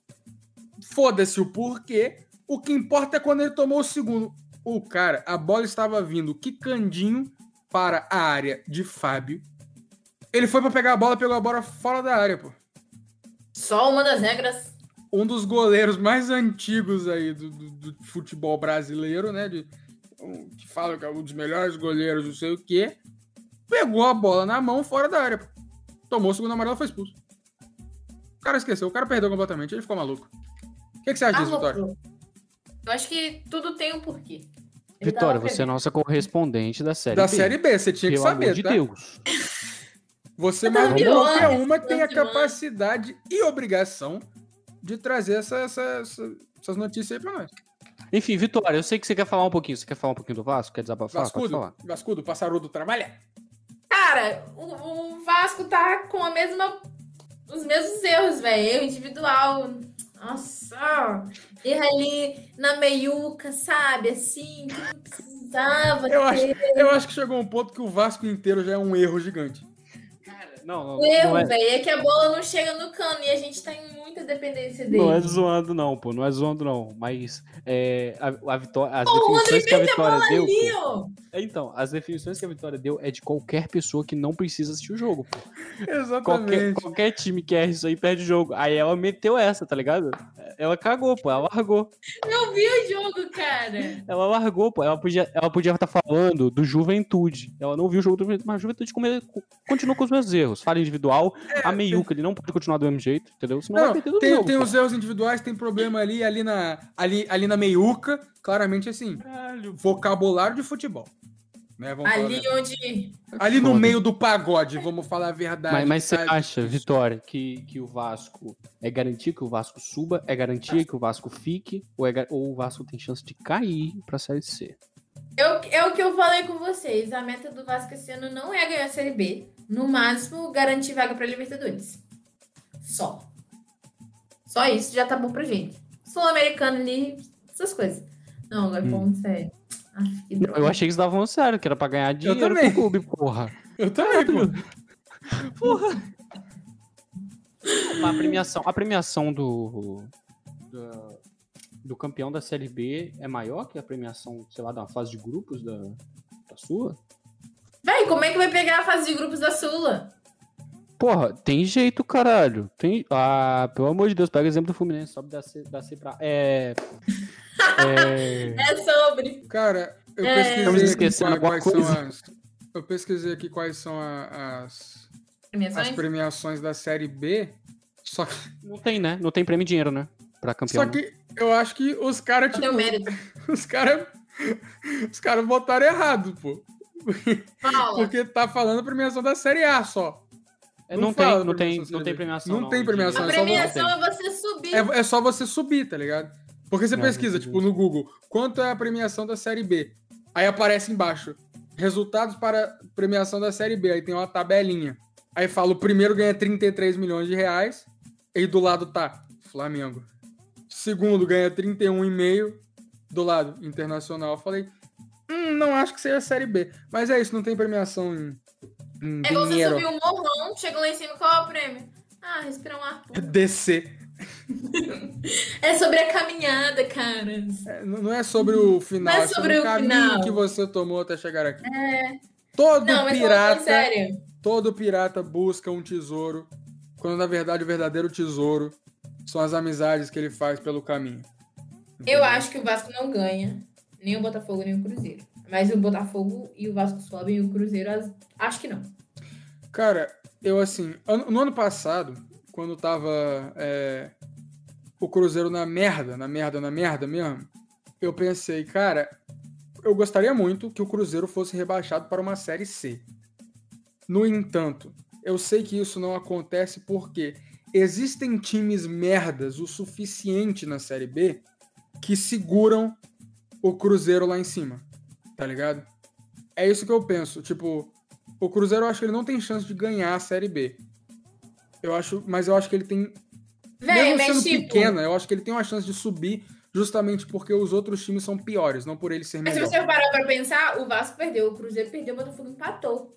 S1: foda-se o porquê, O que importa é quando ele tomou o segundo. O cara, a bola estava vindo quicandinho para a área de Fábio. Ele foi para pegar a bola, pegou a bola fora da área, pô.
S4: Só uma das regras.
S1: Um dos goleiros mais antigos aí do, do- do futebol brasileiro, né? de- um- que fala que é um dos melhores goleiros, não sei o quê. Pegou a bola na mão fora da área, pô. Tomou o segundo amarelo e foi expulso. O cara esqueceu, o cara perdeu completamente, ele ficou maluco. O que, que você acha
S4: Ah,
S1: disso, Vitória?
S4: loucura. Eu acho que tudo tem um porquê. Ele tava
S2: Vitória, você é
S4: perdendo.
S2: nossa correspondente da série
S1: Da
S2: B.
S1: Série B, você tinha que
S2: Pelo
S1: saber,
S2: amor de
S1: tá?
S2: Deus.
S1: Você
S4: Eu
S1: mais
S4: tava
S1: do que
S4: pior,
S1: qualquer
S4: né?
S1: uma tem a
S4: Tava pior.
S1: capacidade e obrigação de trazer essa- essa- essa- essas notícias aí pra nós.
S2: Enfim, Vitória, eu sei que você quer falar um pouquinho. Você quer falar um pouquinho do Vasco? Quer desabafar? Pode falar.
S1: Vascudo, Vascudo, passarudo, trabalha.
S4: Cara, o, o Vasco tá com a mesma. Os mesmos erros, velho. Eu individual. Nossa. Erra ali na meiuca, sabe? Assim, que não precisava.
S1: Eu acho,
S4: ter.
S1: eu acho que chegou um ponto que o Vasco inteiro já é um erro gigante.
S2: Não, não,
S4: O erro, velho, é que a bola não chega no cano e a gente tá em muita dependência dele.
S2: Não é zoando, não, pô. Não é zoando, não. Mas é, a, a vitória, as
S4: Pô, o
S2: definições que a
S4: Rodrigues a bola
S2: Vitória deu.
S4: ali,
S2: pô,
S4: ó.
S2: é, então, as definições que a Vitória deu é de qualquer pessoa que não precisa assistir o jogo. pô. Qualquer,
S1: Exatamente.
S2: qualquer time que erra isso aí perde o jogo. Aí ela meteu essa, tá ligado? Ela cagou, pô. Ela largou.
S4: Eu vi o jogo, cara.
S2: Ela largou, pô. Ela podia ela podia estar falando do Juventude. Ela não viu o jogo do Juventude, mas o Juventude come- continua com os mesmos erros. Fala individual. a meiuca, ele não pode continuar do mesmo jeito, entendeu? Senão vai
S1: É, Não,
S2: perder do
S1: tem,
S2: jogo.
S1: tem
S2: pô.
S1: os erros individuais, tem problema ali, ali na, ali, ali na meiuca. Claramente, assim,
S2: Caralho,
S1: vocabulário de futebol. Né, vamos falar a
S4: Ali
S1: verdade.
S4: onde.
S1: ali no
S2: Foda.
S1: meio do pagode, vamos falar a verdade.
S2: Mas, mas você
S1: sabe?
S2: acha, Vitória, que, que o Vasco é garantia que o Vasco suba, é garantia que o Vasco fique, ou, é ga- ou o Vasco tem chance de cair pra Série C?
S4: Eu, é o que eu falei com vocês. A meta do Vasco esse ano não é ganhar a Série B. No máximo, garantir vaga pra Libertadores. Só. Só isso já tá bom pra gente. Sul-Americano ali, essas coisas. Não, agora
S2: Hum.
S4: falando sério. Ah, que
S2: Não,
S4: droga.
S2: eu achei que vocês davam sério, que era pra ganhar dinheiro
S1: também.
S2: pro clube, porra.
S1: Eu também, pô.
S2: A premiação, a premiação do, da- do campeão da Série B é maior que a premiação, sei lá, da fase de grupos da, da sua?
S4: Véi, como é que vai pegar a fase de grupos da Sula?
S2: Porra, tem jeito, caralho. Tem... Ah, pelo amor de Deus, pega o exemplo do Fluminense, sobe da C, da C pra... É... é...
S4: É sobre.
S1: Cara, eu
S4: É.
S2: Estamos
S1: pesquisei aqui
S2: esquecendo
S1: quais,
S2: alguma
S1: quais são as. Eu pesquisei aqui quais são a- as, as
S4: Premiações?
S1: premiações da série B. Só que,
S2: Não tem, né? Não tem prêmio de dinheiro, né? Pra campeão.
S1: só que eu acho que os caras,
S4: Não tem o
S1: tipo,
S4: mérito.
S1: os caras. Os caras botaram errado, pô.
S4: Fala.
S1: Porque tá falando premiação da série A só.
S2: É,
S1: não
S2: não, tem,
S1: fala
S2: não, tem,
S1: premiação,
S2: não tem premiação.
S1: Não tem
S2: de
S1: premiação,
S4: A
S1: é só você-
S4: premiação é você subir.
S1: É, é só você subir, tá ligado? Porque você
S2: Não,
S1: pesquisa,
S2: entendi.
S1: tipo, no Google, quanto é a premiação da série B? Aí aparece embaixo. Resultados para premiação da série B. Aí tem uma tabelinha. Aí fala, o primeiro ganha 33 milhões de reais. E do lado tá Flamengo. Segundo ganha 31,5. Do lado, Internacional. Eu falei, hum, não acho que seja a série B. Mas é isso, não tem premiação em, em
S4: É igual você
S1: dinheiro.
S4: subir um morrão, chegou lá em cima, qual é o prêmio? Ah, respirar um ar puro.
S1: Descer.
S4: É sobre a caminhada, cara.
S1: É, n- Não é sobre o final,
S4: Não
S1: é sobre, o caminho
S4: final. É.
S1: que você tomou até chegar aqui. Todo
S4: Não, mas falando
S1: pirata,
S4: sério.
S1: todo pirata busca um tesouro, quando na verdade o verdadeiro tesouro são as amizades que ele faz pelo caminho. Uhum.
S4: Eu acho que o Vasco não ganha. Nem o Botafogo, nem o Cruzeiro. Mas o Botafogo e o Vasco sobem e o Cruzeiro, as- acho que não.
S1: Cara, eu assim, ano- no ano passado, quando tava é, o Cruzeiro na merda, na merda, na merda mesmo, eu pensei, cara, eu gostaria muito que o Cruzeiro fosse rebaixado para uma Série C. No entanto, eu sei que isso não acontece porque existem times merdas o suficiente na Série B que seguram o Cruzeiro lá em cima, tá ligado? É isso que eu penso, tipo, o Cruzeiro eu acho que ele não tem chance de ganhar a Série B. Eu acho, mas eu acho que ele tem,
S4: Véi,
S1: mesmo
S4: mas
S1: sendo né,
S4: tipo.
S1: pequena, eu acho que ele tem uma chance de subir justamente porque os outros times são piores, não por ele ser
S4: Mas se
S1: melhor.
S4: você parar pra pensar, o Vasco perdeu, o Cruzeiro perdeu, o Botafogo empatou.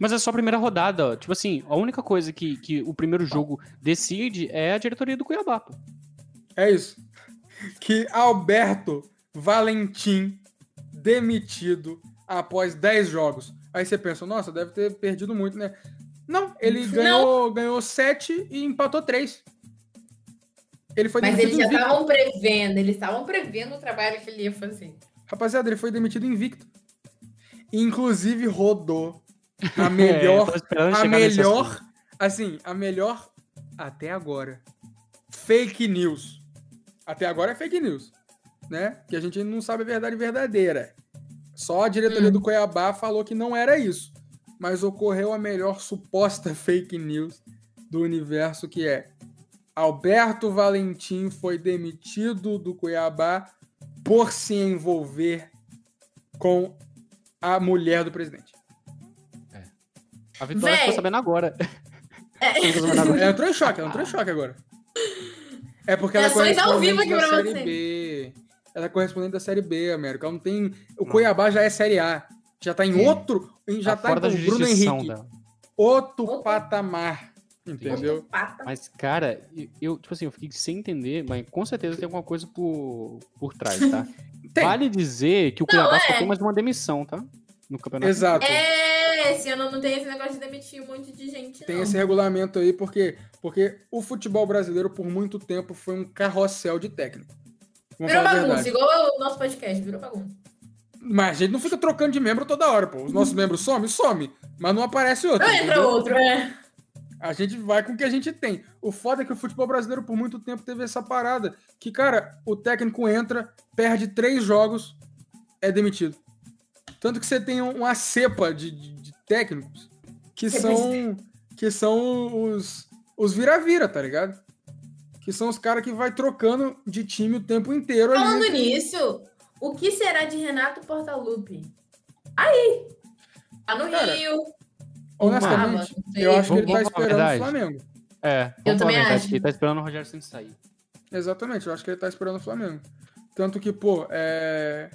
S2: Mas é só a primeira rodada. ó. Tipo assim, a única coisa que, que o primeiro jogo decide é a diretoria do Cuiabá. pô.
S1: É isso. que Alberto Valentim demitido após 10 jogos. Aí você pensa, nossa, deve ter perdido muito, né? Não, ele
S4: Não.
S1: ganhou, ganhou 7 e empatou 3. Ele foi
S4: Mas eles
S1: demitido
S4: já
S1: invicto.
S4: estavam prevendo, eles estavam prevendo o trabalho que ele ia fazer.
S1: Rapaziada, ele foi demitido invicto. Inclusive rodou a melhor
S2: É, tô esperando
S1: a
S2: chegar nesse
S1: melhor,
S2: assunto.
S1: assim, a melhor até agora. Fake news. Até agora é fake news, né? Que a gente não sabe a verdade verdadeira. Só a
S2: Hum.
S1: diretoria do Cuiabá falou que não era isso, mas ocorreu a melhor suposta fake news do universo que é Alberto Valentim foi demitido do Cuiabá por se envolver com a mulher do presidente.
S2: A Vitória
S4: Véi. É.
S2: ficou sabendo agora.
S1: Ela entrou em choque, ela entrou em choque agora. É porque ela é
S4: Reações
S1: correspondente
S4: ao vivo aqui
S1: da
S4: pra
S1: Série
S4: você.
S1: B. Ela é correspondente da Série B, América. Ela não tem... O Cuiabá já é Série A. Já tá em outro... em- Já
S2: Já
S1: tá,
S2: fora da
S1: com o Bruno
S2: jurisdição
S1: Henrique.
S2: dela.
S1: Outro,
S4: Outro.
S1: patamar. Entendeu?
S4: Pata.
S2: Mas, cara, eu- eu, tipo assim, eu fiquei sem entender, mas com certeza tem alguma coisa por, por trás, tá?
S1: Tem.
S2: Vale dizer que o
S4: Não,
S2: Cuiabá
S4: é.
S2: só tem mais uma demissão, tá? No campeonato.
S1: Exato.
S4: É, esse ano não tem esse negócio de demitir um monte de gente, não.
S1: Tem esse regulamento aí porque, porque o futebol brasileiro por muito tempo foi um carrossel de técnico. Vamos
S4: Virou
S1: falar a
S4: bagunça,
S1: verdade.
S4: igual o nosso podcast, virou bagunça.
S1: Mas a gente não fica trocando de membro toda hora, pô. Os nossos membros somem, some, mas não aparece outro.
S4: Uhum. Não entra
S1: entendeu?
S4: outro, é.
S1: A gente vai com o que a gente tem. O foda é que o futebol brasileiro por muito tempo teve essa parada. Que, cara, o técnico entra, perde três jogos, é demitido. Tanto que você tem um- uma cepa de, de- de técnicos que
S4: Cepa de
S1: são, que são os, os vira-vira, tá ligado? Que são os caras que vai trocando de time o tempo inteiro. ali.
S4: Falando nisso, o que será de Renato Portaluppi? Aí! Tá no
S1: Cara,
S4: Rio. Tava,
S1: Honestamente,
S4: não sei.
S1: eu acho que ele tá
S2: Vamos falar a
S1: esperando o
S2: verdade.
S1: Flamengo.
S2: É, vamos falar a
S4: também
S2: verdade
S4: acho.
S2: aqui, Tá esperando o Rogério Santos sair.
S1: Exatamente, eu acho que ele tá esperando o Flamengo. Tanto que, pô, é...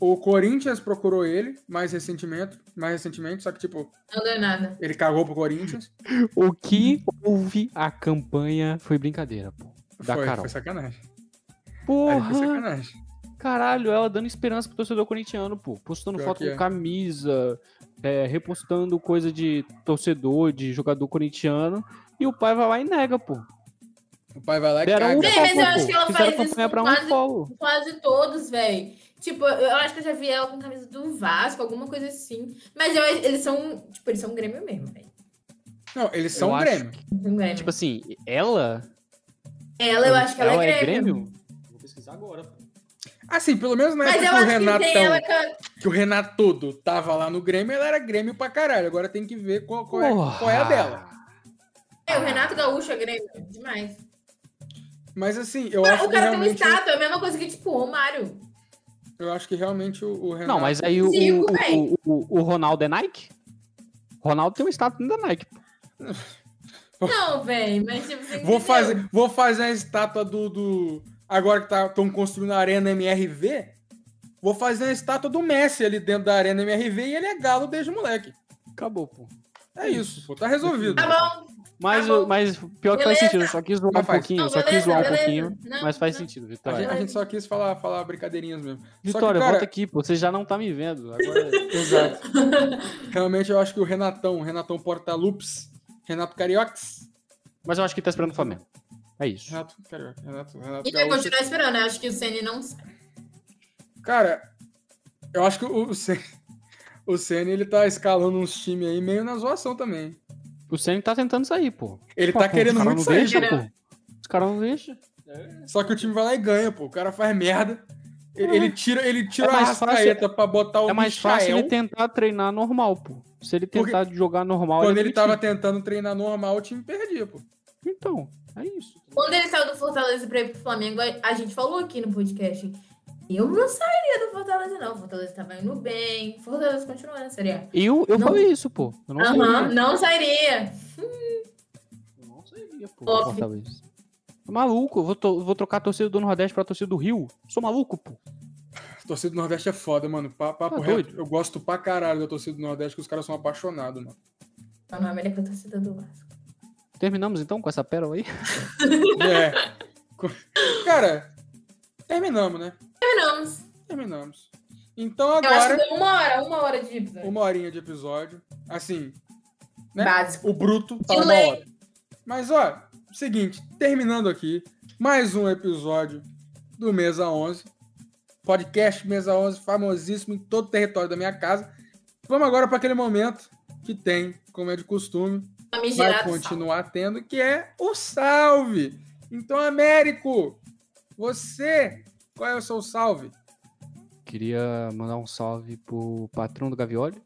S1: o Corinthians procurou ele mais recentemente, mais recentemente, só que, tipo,
S4: Não deu nada.
S1: ele cagou pro Corinthians.
S2: O que houve a campanha foi brincadeira, pô. Da
S1: Foi,
S2: Carol.
S1: foi sacanagem. Aí foi
S2: Porra!
S1: sacanagem.
S2: Caralho, ela dando esperança pro torcedor corintiano, pô. Postando
S1: Pior
S2: foto
S1: que
S2: com
S1: é.
S2: camisa, é, repostando coisa de torcedor, de jogador corintiano. E o pai vai lá e nega, pô.
S1: O pai vai lá e
S2: Deram um
S1: caga.
S4: Bem, mas eu
S2: follow,
S4: acho
S2: pô.
S4: que ela
S2: Fizeram
S4: faz isso
S2: campanha
S4: com
S2: pra
S4: quase-
S2: um follow.
S4: Quase todos, velho. Tipo, eu eu acho que eu já vi ela com camisa do Vasco, alguma coisa assim. Mas eu- eles são, tipo, eles são Grêmio mesmo, velho.
S1: Não, eles são
S2: Eu acho
S1: Grêmio.
S4: Eles são Grêmio.
S2: Tipo assim, ela?
S4: é. ela, eu acho que ela, é Grêmio.
S2: Vou pesquisar agora, pô.
S1: Assim, pelo menos na
S4: Mas
S1: época que
S4: eu
S1: o
S4: acho que é-
S1: Renatão,
S4: tem ela com-
S1: que o Renatudo tava lá no Grêmio, ela era Grêmio pra caralho. Agora tem que ver qual, qual é, qual é a dela.
S4: É, o Renato Gaúcho é Grêmio. Demais.
S1: Mas assim, eu acho
S4: o
S1: que
S4: cara tem um
S1: realmente,
S4: estátua, é a mesma coisa que, tipo, o Romário.
S1: eu acho que realmente o, o Renato...
S2: Não, mas aí o,
S4: Digo,
S2: o-
S4: véi.
S2: o, o, o Ronaldo é Nike? Ronaldo tem um status da Nike. pô.
S4: Não, velho, mas tipo, você
S1: Vou
S4: entendeu?
S1: fazer, vou fazer a estátua do. do- agora que estão construindo a Arena MRV, vou fazer a estátua do Messi ali dentro da Arena MRV e ele é galo desde moleque.
S2: Acabou, pô.
S1: É isso, pô, tá resolvido.
S4: Tá bom.
S2: Mas,
S4: Tá bom.
S2: o- mas pior que faz
S4: Beleza.
S2: sentido, eu só quis zoar
S1: Mas
S2: um
S1: faz.
S2: pouquinho,
S4: Não,
S2: só quis
S4: beleza,
S2: zoar um
S4: beleza.
S2: pouquinho.
S4: Não,
S2: Mas faz
S4: não.
S2: sentido,
S1: A gente,
S2: Vitória.
S1: a gente só quis falar, falar brincadeirinhas mesmo.
S2: Vitória,
S1: só que, cara,
S2: volta aqui, pô. Você já não tá me vendo. Agora. é-
S1: Exato. Realmente eu acho que o Renatão, Renatão Portalupes, Renato Cariox.
S2: Mas eu acho que tá esperando o Flamengo. É isso.
S1: Renato Carioca, Renato, Renato
S4: E vai
S1: Gaúcho.
S4: continuar esperando, eu acho que o Ceni não sai.
S1: Cara, eu acho que o, o Senna, o Senna, ele tá escalando uns times aí meio na zoação também.
S2: O Senna tá tentando sair, pô.
S1: Ele tá
S2: Pô,
S1: querendo
S2: os
S1: muito
S2: caras não
S1: sair,
S2: deixam,
S4: cara.
S2: pô. Os caras não deixam.
S1: Só que o time vai lá e ganha, pô. O cara faz merda. Ele, ele tira, ele tira
S2: É
S1: a
S2: mais fácil-
S1: rascaeta pra botar o
S2: É mais fácil
S1: Michael.
S2: ele tentar treinar normal, pô. Se ele
S1: Porque
S2: tentar jogar normal,
S1: Quando
S2: é
S1: ele
S2: demitido.
S1: tava tentando treinar normal, o time perdia, pô.
S2: Então, é isso.
S4: Quando ele saiu do Fortaleza pra ir pro Flamengo, a- a gente falou aqui no podcast. Eu não sairia do Fortaleza, não. O Fortaleza tava indo bem. Fortaleza continua na Série A.
S2: Eu, eu
S4: Não.
S2: falei isso, pô. Eu não
S4: Aham,
S2: sairia.
S4: não sairia.
S2: Eu não sairia, pô.
S4: Óbvio.
S2: Fortaleza. Tô Maluco, eu vou, to- vou trocar a torcida do Nordeste pra torcida do Rio? Sou maluco, pô.
S1: Torcida do Nordeste é foda, mano. Pa- Papo
S2: Tá
S1: reto.
S2: doido?
S1: Eu gosto pra caralho da torcida do Nordeste, que os caras são apaixonados, mano.
S4: Não, não, Tá América, eu tô citando o Vasco.
S2: Terminamos então com essa pérola aí?
S1: É. Co- É. cara, Terminamos, né?
S4: Terminamos.
S1: Terminamos. Então
S4: Eu acho
S1: agora, Né?
S4: que deu uma hora, uma hora de episódio.
S1: uma horinha de episódio. Assim, né?
S4: Básico.
S1: o bruto tá
S4: De
S1: uma
S4: lei.
S1: hora. Mas, ó, seguinte, terminando aqui, mais um episódio do Mesa 11. Podcast Mesa 11, famosíssimo em todo o território da minha casa. Vamos agora para aquele momento que tem, como é de costume,
S4: Uma
S1: vai
S4: migerada só.
S1: continuar tendo, que é o salve. Então, Américo, você, qual é o seu salve?
S2: Queria mandar um salve pro patrão do Gavioli.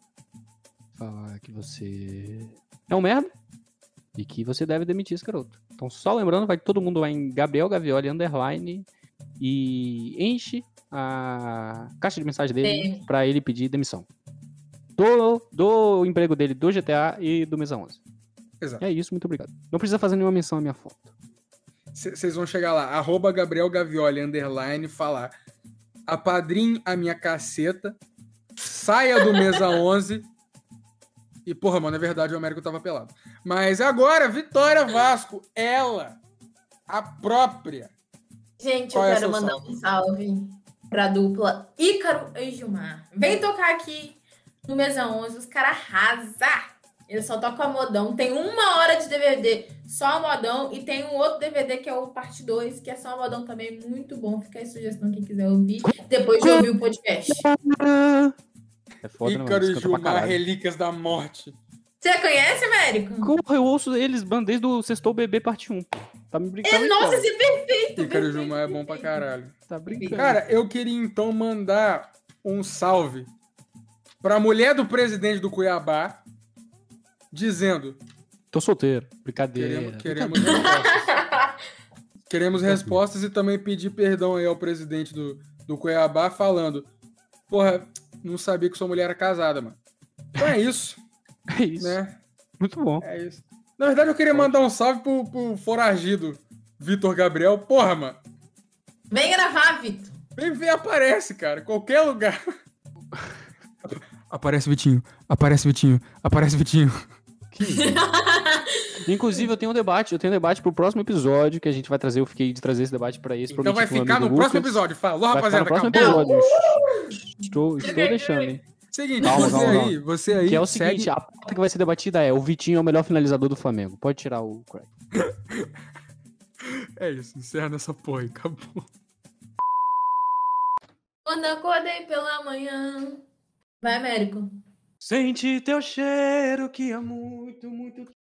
S2: Falar que você é um merda e que você deve demitir esse garoto. Então, só lembrando, vai todo mundo lá em Gabriel Gavioli Underline e enche a caixa de mensagem dele pra ele pedir demissão. Do, do emprego dele do GTA e do Mesa 11.
S1: Exato.
S2: É isso, muito obrigado. Não precisa fazer nenhuma menção à minha foto.
S1: C- Vocês vão chegar lá, arroba Gabriel Gavioli, underline, falar apadrim a minha caceta, saia do mesa 11 e, porra, mano, é verdade, o Américo tava pelado. Mas agora, Vitória Vasco, ela, a própria,
S4: Gente,
S1: Qual é
S4: eu
S1: o
S4: quero
S1: seu
S4: mandar um salve pra dupla Ícaro e Gilmar. Vem tocar aqui no Mesa 11, os caras arrasam. Eles só tocam a modão. Tem uma hora de DVD, só a modão. E tem um outro DVD que é o parte 2, que é só a modão também. Muito bom. Fica aí a sugestão quem quiser ouvir. Depois de ouvir o podcast.
S2: É foda, né, mano?
S1: Ah! Ícaro
S2: Eles
S1: e
S2: cantam pra
S1: Gilmar,
S2: caralho.
S1: Relíquias da Morte.
S4: Você conhece, Américo?
S2: Porra, eu ouço eles ban- desde o Sextou Bebê Parte 1. pô. Tá me
S4: É,
S2: brincando.
S4: nossa,
S2: cara.
S4: esse é perfeito.
S1: Ícaro e
S4: perfeito,
S1: Gilmar é bom pra
S4: perfeito.
S1: caralho.
S2: Tá brincando.
S1: Cara, eu queria então mandar um salve pra mulher do presidente do Cuiabá, dizendo...
S2: tô solteiro. Brincadeira.
S1: Queremos, queremos respostas. Queremos respostas e também pedir perdão aí ao presidente do, do Cuiabá falando. Porra, não sabia que sua mulher era casada, mano. Então é isso,
S2: É isso.
S1: né?
S2: Muito bom.
S1: É isso. Na verdade, eu queria mandar um salve pro, pro foragido Vitor Gabriel. Porra, mano.
S4: Vem gravar, Vitor.
S1: Vem ver, aparece, cara. Qualquer lugar. Aparece Vitinho, aparece Vitinho, aparece Vitinho.
S2: Inclusive, eu tenho um debate. Eu tenho um debate pro próximo episódio que a gente vai trazer. Eu fiquei de trazer esse debate pra esse.
S1: Então vai
S2: prometi pro meu
S1: ficar no
S2: amigo
S1: próximo
S2: Lucas.
S1: episódio. Falou,
S2: Vai ficar
S1: rapaziada.
S2: no próximo
S1: acabou.
S2: episódio. Estou, estou deixando, hein?
S1: Seguinte,
S2: Calma,
S1: você
S2: calma,
S1: aí, você aí.
S2: Que é o
S1: segue-
S2: seguinte, a pauta que vai ser debatida é o Vitinho é o melhor finalizador do Flamengo. Pode tirar o Craig.
S1: É isso, encerra nessa porra aí, acabou.
S4: Quando acordei pela manhã. Vai, Américo.
S2: Sente teu cheiro que é muito, muito